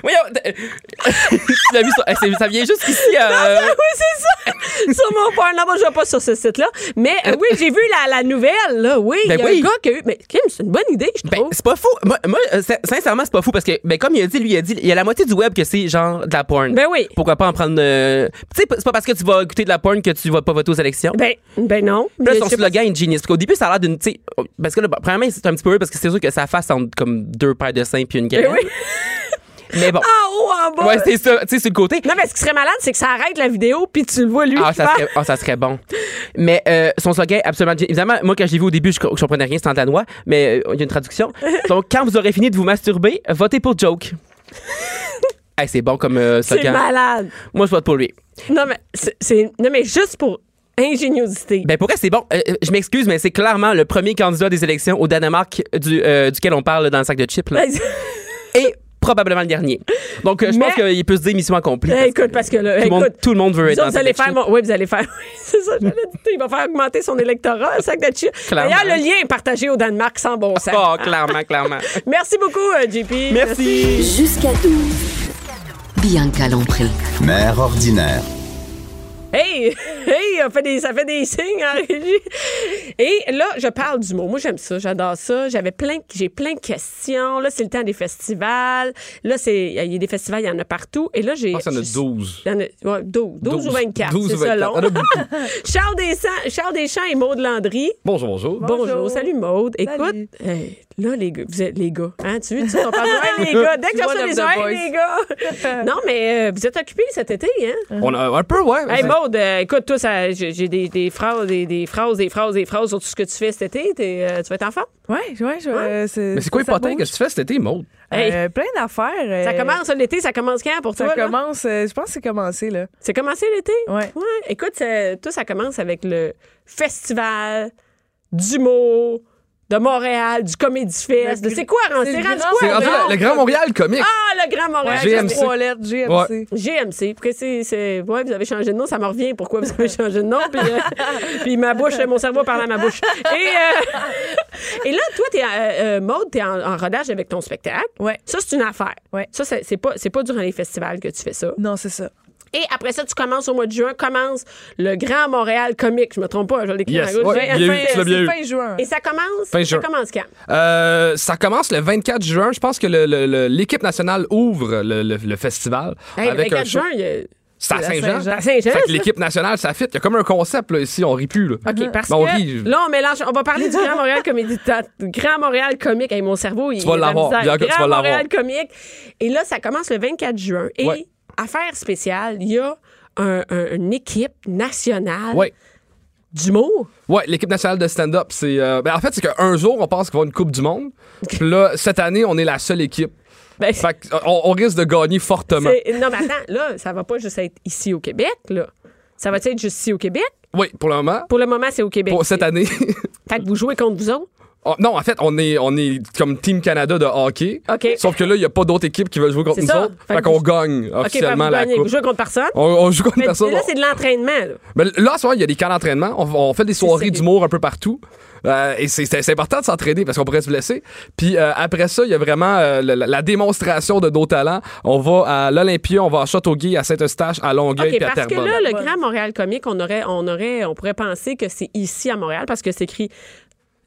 Voyons, t- tu l'as vu sur- eh, c'est- ça vient juste ici. euh,
Ah, oui, c'est ça. sur mon Pornhub, je vois pas sur ce site-là. Mais euh, oui, j'ai vu la, la nouvelle, là. Oui, il
Ben
y a
oui.
un gars qui a eu. Mais Kim, c'est une bonne idée, je
Ben,
trouve.
c'est pas fou. Moi, moi, euh, sin- sincèrement, c'est pas fou parce que, ben, comme il a dit, lui, il a dit, il y a la moitié du web que c'est genre de la porn.
Ben oui.
Pourquoi pas en prendre. euh, Tu sais, c'est pas parce que tu vas écouter de la porn que tu vas pas voter aux élections.
Ben, ben non.
Puis
Je
là, son
sais pas
slogan est genius. Parce qu'au début, ça a l'air d'une. tu sais, oh, Parce que là, bah, premièrement, c'est un petit peu weird parce que c'est sûr que sa face entre comme deux paires de seins puis une
Ben
galère.
oui.
Mais bon.
En haut, Ah, oh, en bas.
ouais, c'est ça. Tu sais, sur le côté.
Non, mais ce qui serait malade, c'est que ça arrête la vidéo, puis tu le vois lui.
Ah
qui
ça,
parle.
serait, ah, ça serait bon. Mais euh, son slogan, est absolument. génial. Évidemment, moi, quand je l'ai vu au début, je, co- je comprenais rien, c'est en danois, mais euh, il y a une traduction. Donc, quand vous aurez fini de vous masturber, votez pour Joke. Hey, c'est bon comme euh,
C'est
slogan.
malade.
Moi, je vote pour lui.
Non, mais c'est- c'est. Non, mais juste pour ingéniosité.
Ben, pour vrai, c'est bon. Euh, euh, je m'excuse, mais c'est clairement le premier candidat des élections au Danemark du, euh, duquel on parle dans le sac de chips. là.
Ben,
Et probablement le dernier. Donc, euh, je pense
Mais-
qu'il peut se dire mission accomplie.
ben,
parce que
écoute, parce que là,
tout, le monde,
écoute,
tout le monde veut être
vous, autres,
dans
vous
le
allez
sac de
faire.
chips.
mon- Oui, vous allez faire. oui, c'est ça, j'allais dire, Il va faire augmenter son électorat, le sac de chips.
Clairement.
D'ailleurs, le lien est partagé au Danemark sans bon sens.
Oh, clairement, clairement.
Merci beaucoup, euh, JP.
Merci.
Jusqu'à 12.
Bianca Lompré.
Mère ordinaire.
Hey, hey, on fait des, ça fait des signes en régie. Et là, je parle du mot. Moi, j'aime ça, j'adore ça. J'avais plein, j'ai plein de questions. Là, c'est le temps des festivals. Là, c'est, il y a des festivals, il y en a partout. Et là, j'ai.
pense qu'il y en a 12.
Il y en a- ouais, 12, 12 ou 24.
12
c'est
ou 24.
selon.
Il y en a beaucoup.
Charles, Deschamps, Charles Deschamps et Maude Landry.
Bonjour, bonjour.
Bonjour. salut Maude.
Salut.
Écoute, hey, là, les gars, vous êtes les gars. Hein, tu veux, tu t'en parles, ouais, les gars. Dès que
Tu
j'en
vois,
reçois
Love
les
the
oreilles,
Boys.
les gars. non, mais euh, vous êtes occupés cet été, hein?
On a un peu, ouais.
Hey Maude, euh, écoute, toi, ça, j'ai j'ai des, des phrases, des, des phrases, des phrases, des phrases sur tout ce que tu fais cet été. T'es, euh, tu vas être enfant?
Ouais, ouais, je- euh,
Mais c'est quoi les
ça
potins
bouge.
que tu fais cet été, Maud?
Hey.
Euh, plein d'affaires. euh,
Ça commence hein, l'été, ça commence quand pour
Ça
toi? là?
commence. euh, je pense que c'est commencé, là.
C'est commencé l'été?
Ouais.
Écoute, ça- tout ça commence avec le festival d'humour de Montréal, du Comédie Fest.
Le
de- C'est quoi, Ren-
c'est
c'est
le
rendu
grand-
quoi?
c'est
C'est rendu
Ren-
non,
le, le Grand Montréal comique.
Ah, le Grand Montréal.
Ouais, GMC.
Trois lettres, GMC.
GMC. Pourquoi c'est. c'est- Ouais, vous avez changé de nom, ça me revient. Pourquoi vous avez changé de nom? Puis, euh, puis ma bouche, mon cerveau parle à ma bouche. Et, euh, et là, toi, t'es, euh, euh, Maude, t'es en, en rodage avec ton spectacle.
Ouais.
Ça, c'est une affaire.
Ouais.
Ça, c'est c'est pas, c'est pas durant les festivals que tu fais ça.
Non, c'est ça.
Et après ça, tu commences au mois de juin, commence le Grand Montréal Comique. Je me trompe pas, je l'ai écrit
Yes,
en gauche.
ouais,
Juin,
il y a
fin-
eu- tu l'as bien
C'est
eu.
fin juin.
Et ça commence,
Fin
ça
juin.
commence quand?
Euh, ça commence le 24 juin. Je pense que le- le- le- l'équipe nationale ouvre le, le- le festival
Hey,
avec
le
un
4
show.
juin, il y a-
C'est à
la
Saint-Jean.
Saint-Jean.
à Saint-Jean.
Fait que
ça.
l'équipe nationale, ça fit. Il y a comme un concept là, ici, on rit plus. Là.
OK, parce
Ben, on
que
rit.
là, on mélange. On va parler du Grand Montréal Comédie. ta- Grand Montréal Comique. Hey, mon cerveau, il
Tu vas
est dans la
l'avoir.
misère.
Il y a- tu
Grand
vas l'avoir.
Montréal Comique. Et là, ça commence le 24 juin. Et
Ouais.
affaire spéciale, il y a un- un- une équipe nationale
Ouais.
d'humour.
Ouais, l'équipe nationale de stand-up, c'est. euh, ben, en fait, c'est qu'un jour, on pense qu'il va y avoir une Coupe du Monde. Puis là, cette année, on est la seule équipe.
Ben,
Fait que, euh, on, on risque de gagner fortement.
c'est- non, mais attends, là, ça va pas juste être ici au Québec, là. Ça va être juste ici au Québec?
Oui, pour le moment.
Pour le moment, c'est au Québec.
Pour cette année.
Fait que vous jouez contre vous autres?
Oh, non, en fait, on est, on est comme Team Canada de hockey.
OK.
Sauf que là, il n'y a pas d'autres équipes qui veulent jouer contre
C'est
nous
ça.
autres.
Fait
Fait
que
qu'on
vous-
gagne officiellement
OK, fait que vous
la
gagnez. Vous
Coupe.
jouez contre personne?
On, on joue contre
Mais
personne.
là, c'est de l'entraînement, là.
Mais là, en ce moment, il y a des camps d'entraînement. On, on fait des soirées
ça.
d'humour un peu partout. Euh, et c'est- c'est c'est important de s'entraîner parce qu'on pourrait se blesser. Puis euh, après ça, il y a vraiment euh, la, la- la démonstration de nos talents. On va à l'Olympia, on va à Châteauguay, à Saint-Eustache, à Longueuil
OK,
puis à
parce que
Terrebonne.
là, le Grand Montréal Comique, on aurait, on aurait, on pourrait penser que c'est ici à Montréal parce que c'est écrit.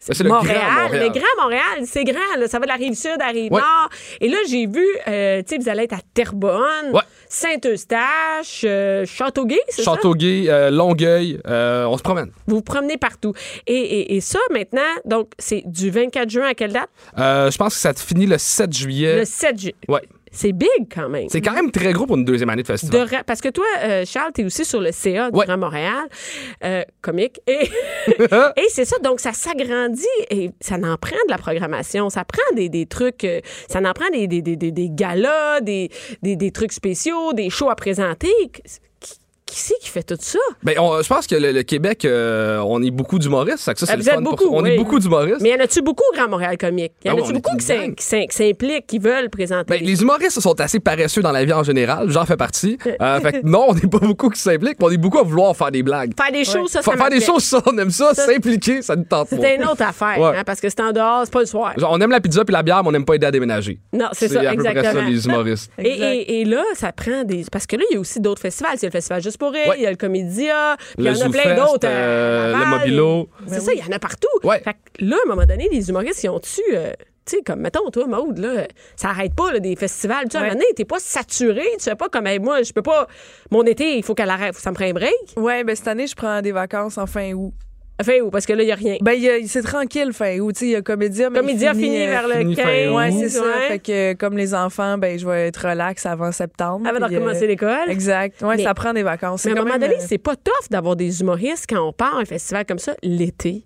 C'est le Grand Montréal.
mais Grand Montréal, c'est grand. là. Ça va de la rive sud à la rive
Ouais.
nord. Et là, j'ai vu, euh, tu sais, vous allez être à Terrebonne,
Ouais.
Saint-Eustache, euh, Châteauguay, c'est ça?
Châteauguay, euh, Longueuil, euh, on se promène.
Vous vous promenez partout. Et, et- et ça, maintenant, donc, c'est du 24 juin à quelle date?
Euh, je pense que ça te finit le 7 juillet.
Le 7 juin.
Euh, Ouais.
C'est big quand même.
C'est quand même très gros pour une deuxième année de
De
festival.
ra- parce que toi, euh, Charles, t'es aussi sur le CA du
Ouais.
Grand Montréal, euh, comique. Et, et c'est ça, donc ça s'agrandit et ça en prend de la programmation, ça prend des, des trucs, euh, ça en prend des, des, des, des, des galas, des, des, des trucs spéciaux, des shows à présenter. Qui, qui c'est qui fait tout ça?
Ben, on- je pense que le, le Québec, euh, on est beaucoup d'humoristes. fait que Ça, c'est
Ah,
le
vous êtes
fun pour
beaucoup,
ça. On
oui.
est beaucoup d'humoristes.
Mais y en a-tu beaucoup au Grand Montréal comique? Y en
Ah oui,
a-tu
on est
beaucoup
une
qui s'in-
gang.
qui s'in- qui s'impliquent, qui veulent présenter?
Ben, les humoristes sont assez paresseux dans la vie en général. J'en fais partie. Euh, fait que non, on n'est pas beaucoup qui s'impliquent, mais on est beaucoup à vouloir faire des blagues.
Faire des shows, ça, ça
Fa- faire des
m'appelle.
choses, ça, on aime ça.
Ça-
S'impliquer, ça nous tente pas.
C'est une autre affaire,
Ouais.
hein, parce que c'est en dehors, c'est pas le soir.
Genre, on aime la pizza puis la bière, mais on n'aime pas aider à déménager.
Non, c'est ça,
à peu près ça,
exactement.
les humoristes.
Et,
Exact.
et- et là, ça prend des. Parce que là, il y a aussi d'autres festivals. Il y a le Festival Juste pour Rire,
Ouais.
il y a le Comédia, puis il y
Le
en a plein
Zoufest,
d'autres. à
euh,
Laval.
le Mobilo.
C'est
Ben
ça, il y en a partout.
Ouais.
Fait que là, à un moment donné, les humoristes, ils ont tu tu sais, comme, mettons, toi, Maude, là, ça arrête pas, là, des festivals. Tu sais, à un
Ouais.
moment donné, t'es pas saturé. Tu sais pas, comme, Hey, moi, je peux pas. Mon été, il faut qu'elle arrête. Ça me prend un break.
Ouais, ben cette année, je prends des vacances en fin août.
Enfin, ou parce que là, il y a rien.
Ben, il y a- c'est tranquille, fin août. Tu sais, il y a Comédia, mais.
Comédia
il
fini
euh,
vers le
fini fin
15.
août.
Ouais, c'est ça.
ouais.
Fait que, euh, comme les enfants, ben, je vais être relax avant septembre.
Avant de
puis, euh,
recommencer l'école.
Exact. Ouais,
Mais-
ça prend des vacances.
Mais à un
quand
moment
même,
donné,
euh,
c'est pas tough d'avoir des humoristes quand on part à un festival comme ça l'été.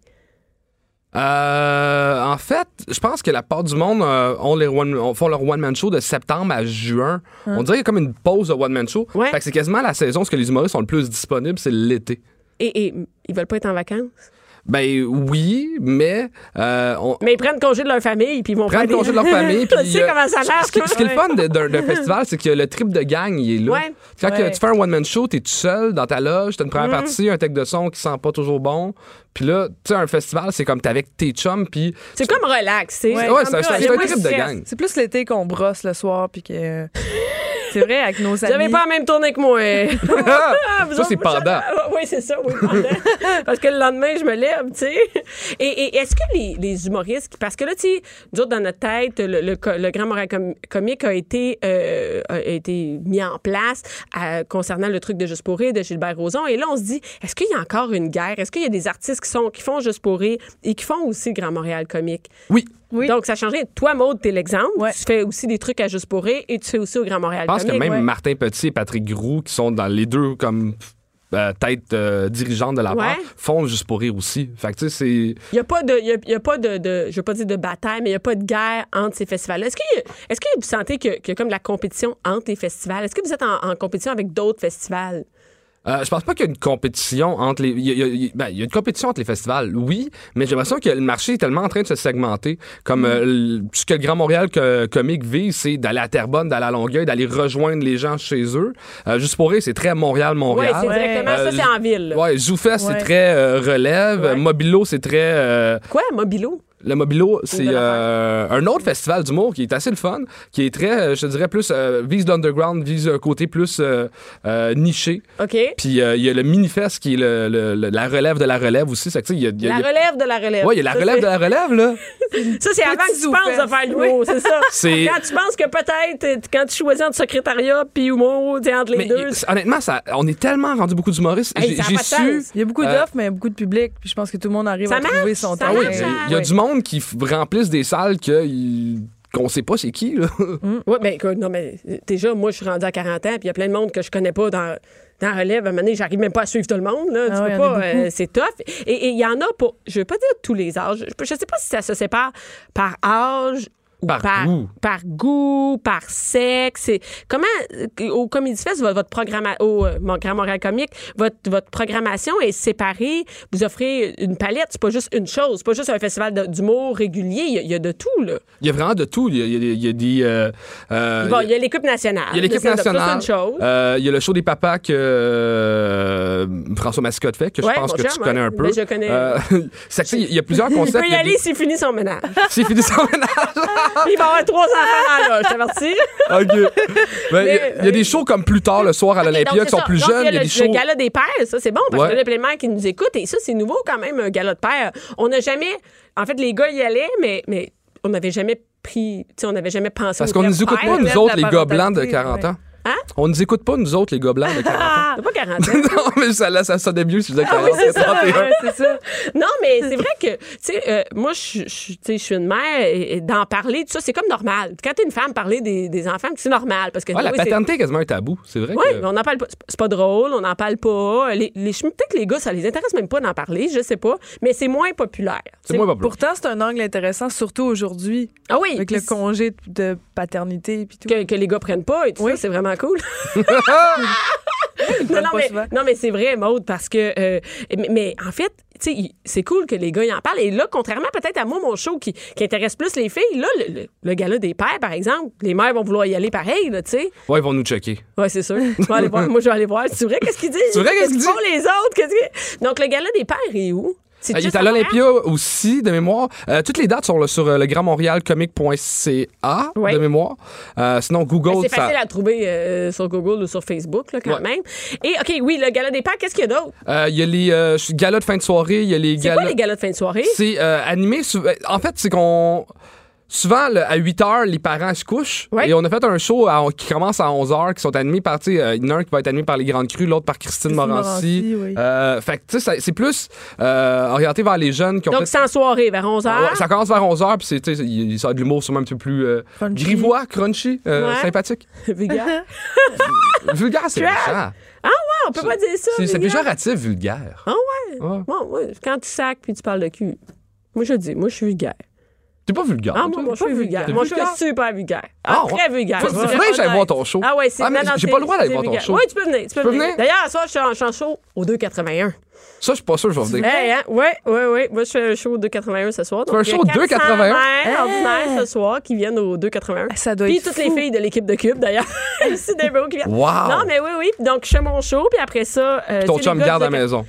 Euh, en fait, je pense que la part du monde euh, ont les one- ont- font leur one-man show de septembre à juin. On dirait qu'il y a comme une pause de one-man show.
Hein. Ouais.
Fait que c'est quasiment la saison, ce que les humoristes sont le plus disponibles, c'est l'été.
Et, et ils veulent pas être en vacances.
Ben oui, mais euh, on,
Mais ils prennent congé de leur famille, puis ils vont
prendre
faire des-
congé de leur famille. puis,
tu sais
euh,
comment ça marche. hein?
Ce qui, ce qui est le
Ouais.
fun de- d'un d'un festival, c'est que le trip de gang, il est là.
Ouais. Mm-hmm.
Quand que
Ouais.
tu fais un one-man show, t'es tout seul dans ta loge, t'as une première partie, un tech de son qui sent pas toujours bon. Puis là, tu sais, un festival, c'est comme t'es avec tes chums, puis...
C'est comme relax, c'est
Ouais,
Ouais,
comme
c'est un,
ça.
c'est un
C'est
trip
moins
de
stress.
gang.
C'est plus l'été qu'on brosse le soir, puis que. euh, C'est vrai, avec nos
Vous n'avez
amis.
pas la même tournée que moi. Ah, vous
Ça,
autres,
c'est
vous-
pendant.
Oui, c'est ça, oui, pendant. parce que le lendemain, je me lève, tu sais. Et, et est-ce que les, les humoristes, qui- parce que là, tu sais, nous autres, dans notre tête, le, le co- le grand moral com- comique a été, euh, a été mis en place euh, concernant le truc de Juste pour rire de Gilbert Rozon. Et là, on se dit, est-ce qu'il y a encore une guerre? Est-ce qu'il y a des artistes qui, sont, qui font Juste pour rire et qui font aussi le grand Montréal comique?
Oui.
Oui.
Donc, ça changerait. Toi, Maude, t'es l'exemple.
Ouais.
Tu fais aussi des trucs à Juste pour rire et tu fais aussi au Grand Montréal
Je pense que
comique.
même
Ouais.
Martin Petit et Patrick Groux, qui sont dans les deux comme euh, têtes euh, dirigeantes de la
Ouais.
part, font juste pour rire aussi. Fait que tu sais, c'est.
Il n'y a pas de, il y a- il y a pas de, de- je veux pas dire de bataille, mais il n'y a pas de guerre entre ces festivals. Est-ce que, est-ce que vous sentez que- qu'il y a comme de la compétition entre les festivals? Est-ce que vous êtes en, en compétition avec d'autres festivals?
Euh, je pense pas qu'il y a une compétition entre les. Il y a, il y a- il y a- ben, il y a une compétition entre les festivals, oui, mais j'ai l'impression que le marché est tellement en train de se segmenter. Comme euh, le- ce que le Grand Montréal que- comique vise, c'est d'aller à Terrebonne, d'aller à Longueuil, d'aller rejoindre les gens chez eux. Euh, juste pour rire, c'est très
Oui,
Montréal-Montréal.
c'est directement ça,
Euh,
c'est en ville. là.
Ouais, Zoufest,
Ouais.
c'est très euh, relève.
Ouais.
Mobilo, c'est très. euh,
Quoi, Mobilo?
le Mobilo, c'est
belle
euh, un autre festival d'humour qui est assez le fun, qui est très, euh, je te dirais, plus euh, vise l'underground, vise un côté plus euh, euh, niché.
OK.
Puis euh, il y a le Minifest qui est le- le- le- la relève de la relève aussi. C'est que, tu sais, il y a, il y a-
La
il y a-
relève de la relève.
Ouais, il y a la
Ça,
relève
c'est-
de la relève, là.
Ça, c'est avant que
Petit
tu penses de
zoufesse.
faire l'humour, c'est ça.
C'est-
Quand tu penses que peut-être, euh, quand tu choisis entre secrétariat puis humour, tu sais, entre les
Mais
deux.
il- honnêtement, ça, on est tellement rendu beaucoup d'humoristes.
Hey,
J'ai-
ça a
J'ai
pas de sens.
su.
Il y a beaucoup
Euh,
d'offres, mais beaucoup de public. Puis je pense que tout le monde arrive
Ça
à trouver
marche,
son
ça
temps.
Ah oui,
marche,
mais
ça.
il y a du monde qui f- remplissent des salles que. il- qu'on sait pas c'est qui là.
Oui, mais écoute, non, mais euh, déjà, moi, je suis rendue à 40 ans, puis il y a plein de monde que je connais pas dans, dans la relève. À un moment donné, j'arrive même pas à suivre tout le monde. Là.
Ah
Tu
ouais,
peux
y en a
pas, euh,
beaucoup.
c'est tough. Et et il y en a pour, je veux pas dire tous les âges. Je, je sais pas si ça se sépare par âge. ou
Par goût.
par goût, par sexe. Et comment, euh, au Comedy Fest, votre, votre programma- au euh, mon Grand Montréal Comique, votre, votre programmation est séparée. Vous offrez une palette. C'est pas juste une chose. C'est pas juste un festival de- d'humour régulier. Il y a- il y, a de tout, là.
Il y a vraiment de tout. Il y a, il y a- il y a des euh, euh,
Bon, il y a l'équipe nationale.
Il y a l'équipe
Ça, c'est- ça, c'est
nationale.
une chose.
Euh, il y a le show des papas que euh, François Mascotte fait, que
Ouais,
je pense
mon
que
chum,
tu
ouais.
connais un peu.
Mais je connais.
Euh, c'est que, tu sais, il y a plusieurs
Il
concepts.
peut y
il y a
aller
des-
s'il finit son ménage.
C'est fini son ménage.
Il va avoir trois enfants là, je t'avertis.
OK. Ben, il y a-
Mais,
il y, a des shows comme plus tard le soir à
Donc,
l'Olympia
c'est
qui sont
ça.
plus
Donc,
jeunes. Il y a
le,
des shows.
le gala des pères, ça, c'est bon, parce
Ouais.
qu'il y a plein de mères qui nous écoutent. Et ça, c'est nouveau quand même, un gala de pères. On n'a jamais... En fait, les gars y allaient, mais, mais on n'avait jamais pris... Tu sais, on n'avait jamais pensé
Parce
au
qu'on
terme
nous écoute
père.
pas, nous
perdre
autres,
la
les gars blancs de
parentalité,
40 ans.
Hein?
On nous écoute pas, nous autres, les gars blancs de 40 ans.
Ah, t'as pas 40 ans.
non, mais ça, là, ça sonnait mieux si vous êtes 40
oui, c'est ça.
31.
Ouais, c'est ça.
Non, mais c'est vrai que, tu sais, euh, moi, je je- tu sais, je suis une mère, et, et d'en parler, tout ça, c'est comme normal. Quand t'es une femme, parler des, des enfants, c'est normal. Parce que,
Ouais, la
oui, c'est-
paternité est quasiment un tabou. C'est vrai
Oui,
que-
mais on n'en parle pas. C'est pas drôle, on n'en parle pas. Les, les, je- peut-être que les gars, ça les intéresse même pas d'en parler, je sais pas. Mais c'est moins populaire.
C'est moins populaire.
Pourtant, c'est un angle intéressant, surtout aujourd'hui,
Ah oui,
avec le
puis
congé de- de paternité puis tout.
Que, que les gars prennent pas et tout
Oui.
ça, c'est vraiment cool. non, non,
pas
mais,
souvent.
non, mais c'est vrai, Maude, parce que. euh, mais, mais en fait, tu sais, il- c'est cool que les gars y en parlent. Et là, contrairement peut-être à moi, mon show qui, qui intéresse plus les filles, là, le, le, le gala des pères, par exemple, les mères vont vouloir y aller pareil, là, tu sais.
Ouais, ils vont nous checker.
Oui, c'est sûr. Je vais aller voir. Moi, je vais aller voir. C'est vrai, qu'est-ce qu'ils disent?
C'est vrai, qu'est-ce qu'ils
font les autres? Qu'est-ce que- Donc, le gala des pères est où? C'est
Euh, Il
juste
est à
Montréal?
l'Olympia aussi, de mémoire. Euh, toutes les dates sont là, sur euh, le grandmontréalcomique.ca,
Oui.
de mémoire. Euh, sinon, Google,
Ben, C'est
ça.
facile à trouver euh, sur Google ou sur Facebook, là, quand
Ouais.
même. Et, OK, oui, le gala des pères, qu'est-ce qu'il y a d'autre?
Euh, Il y a les euh, galas de fin de soirée, il y a les
C'est
galas.
quoi les galas de fin de soirée?
C'est euh, animé. sou- euh, En fait, c'est qu'on. Souvent, le- à 8 h, les parents se couchent.
Ouais.
Et on a fait un show à- qui commence à 11 h, qui sont animés par. tu sais, euh, Il y en a un qui va être animé par les Grandes Crues, l'autre par Christine,
Christine
Morancy.
Morancy, oui.
Euh, fait que, tu sais, ça- c'est plus euh, orienté vers les jeunes qui ont
Donc,
peut-être-
c'est en soirée, vers 11 h.
Ah Ouais, ça commence vers 11h, puis c'est, tu sais, il, il sort de l'humour sûrement un petit peu plus euh,
Crunchy.
grivois, crunchy, euh,
Ouais.
sympathique.
Vulgaire.
Vulgaire, c'est méchant.
Ah, on peut pas dire ça.
C'est, c'est
vulgaire.
péjoratif, vulgaire.
Ah ouais?
Ouais.
Bon, ouais, quand tu sacs puis tu parles de cul. Moi, je dis, moi, je suis vulgaire.
T'es pas vulgaire.
Ah, moi,
toi?
moi, je suis vulgaire.
T'es
Moi, je
vulgaire?
suis super vulgaire. Ah,
Ah, ouais.
très vulgaire.
Faut- faut
Ouais.
bien que j'aille voir ton show.
Ah, ouais, c'est
Ah, mais
non, non,
j'ai
c'est-
pas le droit d'aller
c'est
voir ton
vulgaire.
show.
Oui, tu peux venir. Tu peux
peux
venir.
venir?
D'ailleurs, ce soir, je suis en, je suis en show au 281.
Ça, je suis pas sûr que je vais venir.
Hey, hein? Ouais, ouais, ouais. Moi, je fais un show au 281 ce soir.
fais un
Donc, il y a
show au 281?
400 mères ordinaires ce soir qui viennent au 281.
Ah, ça doit
Puis
être
toutes
fou.
les filles de l'équipe de Cube, d'ailleurs. Ici, des bros qui viennent.
Wow!
Non, mais oui, oui. Donc, je fais mon show, puis après ça. euh,
Ton
tu sais, les
chum
gars
garde
du
à la maison.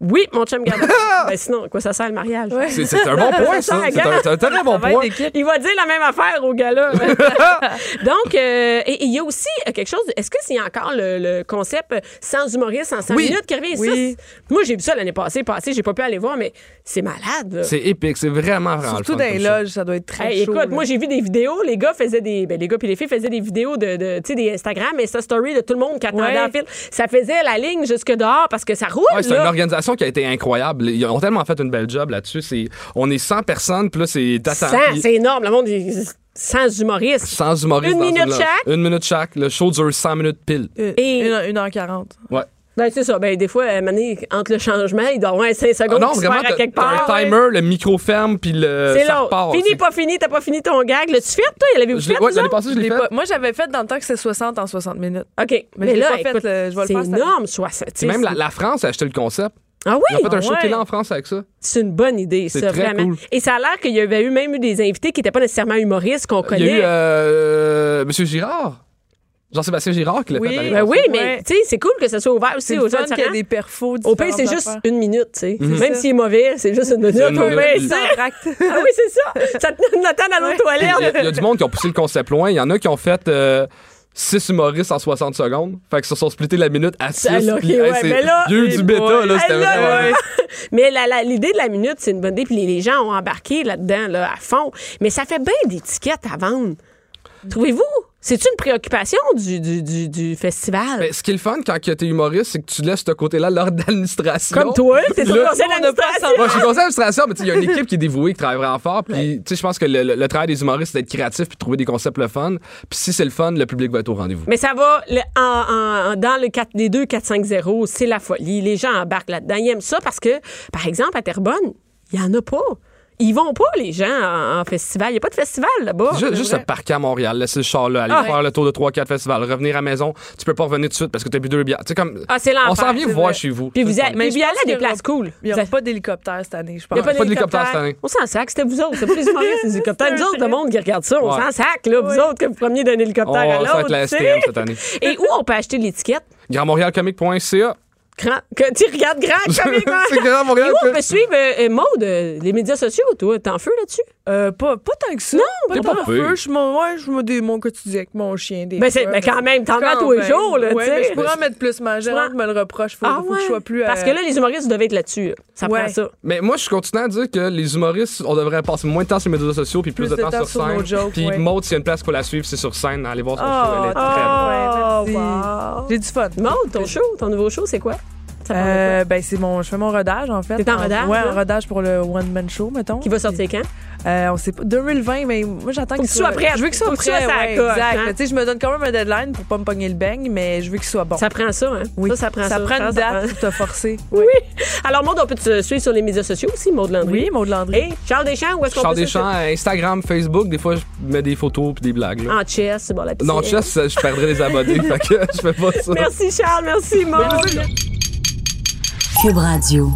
Oui, mon chum garde. ben sinon, à quoi ça sert le mariage?
C'est- C'est un bon point, ça. C'est un, c'est un très bon
va être
point.
d'équipe.
Il va dire la même affaire au gars-là. Donc, euh, et- et il y a aussi euh, quelque chose. Est-ce que c'est encore le, le concept euh, sans humoriste en 5
Oui.
minutes qui revient? Ça,
Oui.
c'est- moi, j'ai vu ça l'année passée. Passée, j'ai pas pu aller voir, mais c'est malade. là.
C'est épique, c'est vraiment, vraiment
Surtout
Ah, le fun
dans les
comme ça.
loges, ça doit être très
Hey,
chaud.
écoute,
là.
moi j'ai vu des vidéos, les gars faisaient des ben, les gars puis les filles faisaient des vidéos de, de tu sais des Instagram et ça story de tout le monde qui attendait
Ouais.
en file. Ça faisait la ligne jusque dehors parce que ça roule
Ouais, c'est une
là.
organisation qui a été incroyable. Ils ont tellement fait une belle job là-dessus. C'est- On est 100 personnes, puis là, c'est d'attente.
100, c'est énorme, le monde est- sans humoriste.
Sans humoriste.
Une
dans
minute
loge.
chaque? Euh,
Une minute chaque. Le show dure 100 minutes pile.
Une-
Et-
une- Une heure quarante.
Ouais.
Ben, c'est ça. Ben, des fois, euh, Mané, entre le changement, il doit avoir 5
Ah
secondes
non,
qui se perd
vraiment,
à
t'as
quelque
t'as
part.
un timer, le micro ferme, puis le.
C'est
ça
long.
repart,
Fini,
c'est-
pas fini, t'as pas fini ton gag. L'as-tu fait, toi? Il avait
Je
fait,
l'ai- ouais,
vous
l'année
autres?
passée, je l'ai fait.
Pas- Moi, j'avais fait dans le temps que c'est 60 en 60 minutes.
OK. Mais,
Mais je l'ai
là,
pas fait,
écoute,
le- je vais le
c'est
faire cette année.
énorme, soit ça.
C'est même la, la France a acheté le concept.
Ah
Ils ont
oui?
fait un show
ouais.
télé en France avec ça.
C'est une bonne idée,
C'est
ça,
très
vraiment.
cool.
Et ça a l'air qu'il y avait eu même eu des invités qui n'étaient pas nécessairement humoristes, qu'on
Il y a
connaît.
eu euh, Monsieur Girard. Jean-Sébastien Girard qui l'a
Oui.
fait. l'année
Ben oui,
Ouais.
mais tu sais, c'est cool que ça soit ouvert aussi
C'est le
aux
fun
gens de
qu'il y a
Saran.
des perfos
Au pire, c'est juste une minute, tu sais. Même
ça.
s'il est mauvais, c'est juste une minute.
Mhm. une
Au
minute.
pire, tu sais. Ah oui, c'est ça. Ça te donne le temps d'aller aux
Il y, a, il y
toilettes.
a du monde qui ont poussé le concept loin. Il y en a qui ont fait 6 humoristes en 60 secondes. Fait que se sont splittés la minute à 6.
Ah, là, ok, ouais, mais là,
il y a eu
les
du bêta,
boys.
là. C'était
Ah, là,
vraiment-
ouais. Mais la- la- l'idée de la minute, c'est une bonne idée. Puis les, les gens ont embarqué là-dedans, là, à fond. Mais ça fait bien des tickets à vendre. Trouvez-vous? C'est-tu une préoccupation du, du, du, du festival?
Mais ce qui est le fun quand t'es humoriste, c'est que tu laisses ce côté-là lors d'administration.
Comme toi, t'es sur le
Là,
conseil
on n'a pas
d'administration.
Moi, je suis conseiller d'administration, mais tu sais, il y a une équipe qui est dévouée, qui travaille vraiment fort. Puis, tu sais, je pense que le, le- le travail des humoristes, c'est d'être créatif puis de trouver des concepts le fun. Puis, si c'est le fun, le public va être au rendez-vous.
Mais ça va le- en- en- en- dans le 4, les 2 4 5 0, c'est la folie. Les gens embarquent là-dedans, ils aiment ça parce que par exemple à Terrebonne, il y en a pas. Ils vont pas les gens en, en festival, il y a pas Oh, de Ah, festival là-bas.
Ju- juste se parquer à Montréal, laisser le char là, aller faire le tour de 3-4 festivals, revenir à la maison. Tu peux pas revenir tout de suite parce que t'as plus deux bières. Tu sais, comme.
Ah, c'est l'enfer.
on s'en vient
c'est
voir
vrai.
chez vous.
Puis vous
Ça,
allez,
c'est
mais vous y allez à des
qu'il y aura-
places cool.
Il n'y
Vous
a
allez-
pas d'hélicoptère cette année,
il
je
y
pense.
a pas,
pas
d'hélicoptère
d'hélicoptère cette année.
On s'en sac, c'était vous autres. C'est plus les humoristes, les hélicoptères. Nous autres, le monde qui regarde ça, on
Ouais.
s'en sac, là, vous autres, que vous preniez d'un hélicoptère
Oh,
à
ça va
l'autre.
être la
tu sais.
STM cette année.
Et où on peut acheter l'étiquette?
GrandMontréalComique.ca.
Grand- que tu regardes grand comme les grands.
C'est grand, mon gars,
Et où on
que-
peut suivre euh, euh, Maude, euh, les médias sociaux, toi, t'es en feu là-dessus?
Euh, pas, pas tant que ça.
Non,
pas
pas
tant que
pire.
ça. Je m'en- ouais, je me dis mon quotidien avec mon chien. Des
Mais, Ben, c'est,
fois,
mais quand même, t'en as
Quand
tous les
même.
jours, là,
Ouais,
tu
mais
sais.
Je pourrais en mettre plus, ma gérante
prends- Ah
me le reproche. Faut, faut que je sois plus.
Parce
euh,
que là, les humoristes doivent être là-dessus. là. Ça
Ouais.
prend ça.
Mais moi, je continue à dire que les humoristes, on devrait passer moins de temps sur les médias sociaux puis plus, de temps, sur scène.
nos jokes,
puis
ouais.
Maud, s'il y a une place pour la suivre, c'est sur scène. Allez voir son
Ah,
show. Elle
Oh,
est
t'as-
très
ouais,
bonne.
merci.
wow.
J'ai du fun.
Maude, ton show, ton nouveau show, c'est quoi? Ça parle de quoi?
Euh, ben c'est mon je fais mon rodage en fait.
T'es en
En-
rodage,
Ouais,
là?
en rodage pour le one man show mettons.
Qui va sortir quand?
Euh, on sait pas 2020 mais moi j'attends
Faut
qu'il
que tu sois prête.
Je veux qu'il
Faut
soit
que tu sois
prêt.
sur la
ouais,
coche,
exact.
hein.
Mais tu sais, je me donne quand même un deadline pour pas me pogner le beigne mais je veux qu'il soit bon.
Ça prend ça, hein?
Oui.
Ça, ça prend ça.
prend
ça
une date pour te forcer.
prend- Oui. Alors, Maude, on peut te suivre sur les médias sociaux aussi, Maude Landry.
Oui, Maud Landry.
Et Charles Deschamps, où est-ce qu'on
Charles
peut se
Deschamps,
suivre?
euh, Instagram, Facebook, des fois, je mets des photos puis des blagues. là.
En chess, Ah, c'est bon, la piscine.
Non, chess, je perdrais les abonnés, fait que je fais pas ça.
Merci, Charles. Merci, Maude.
Cube Radio.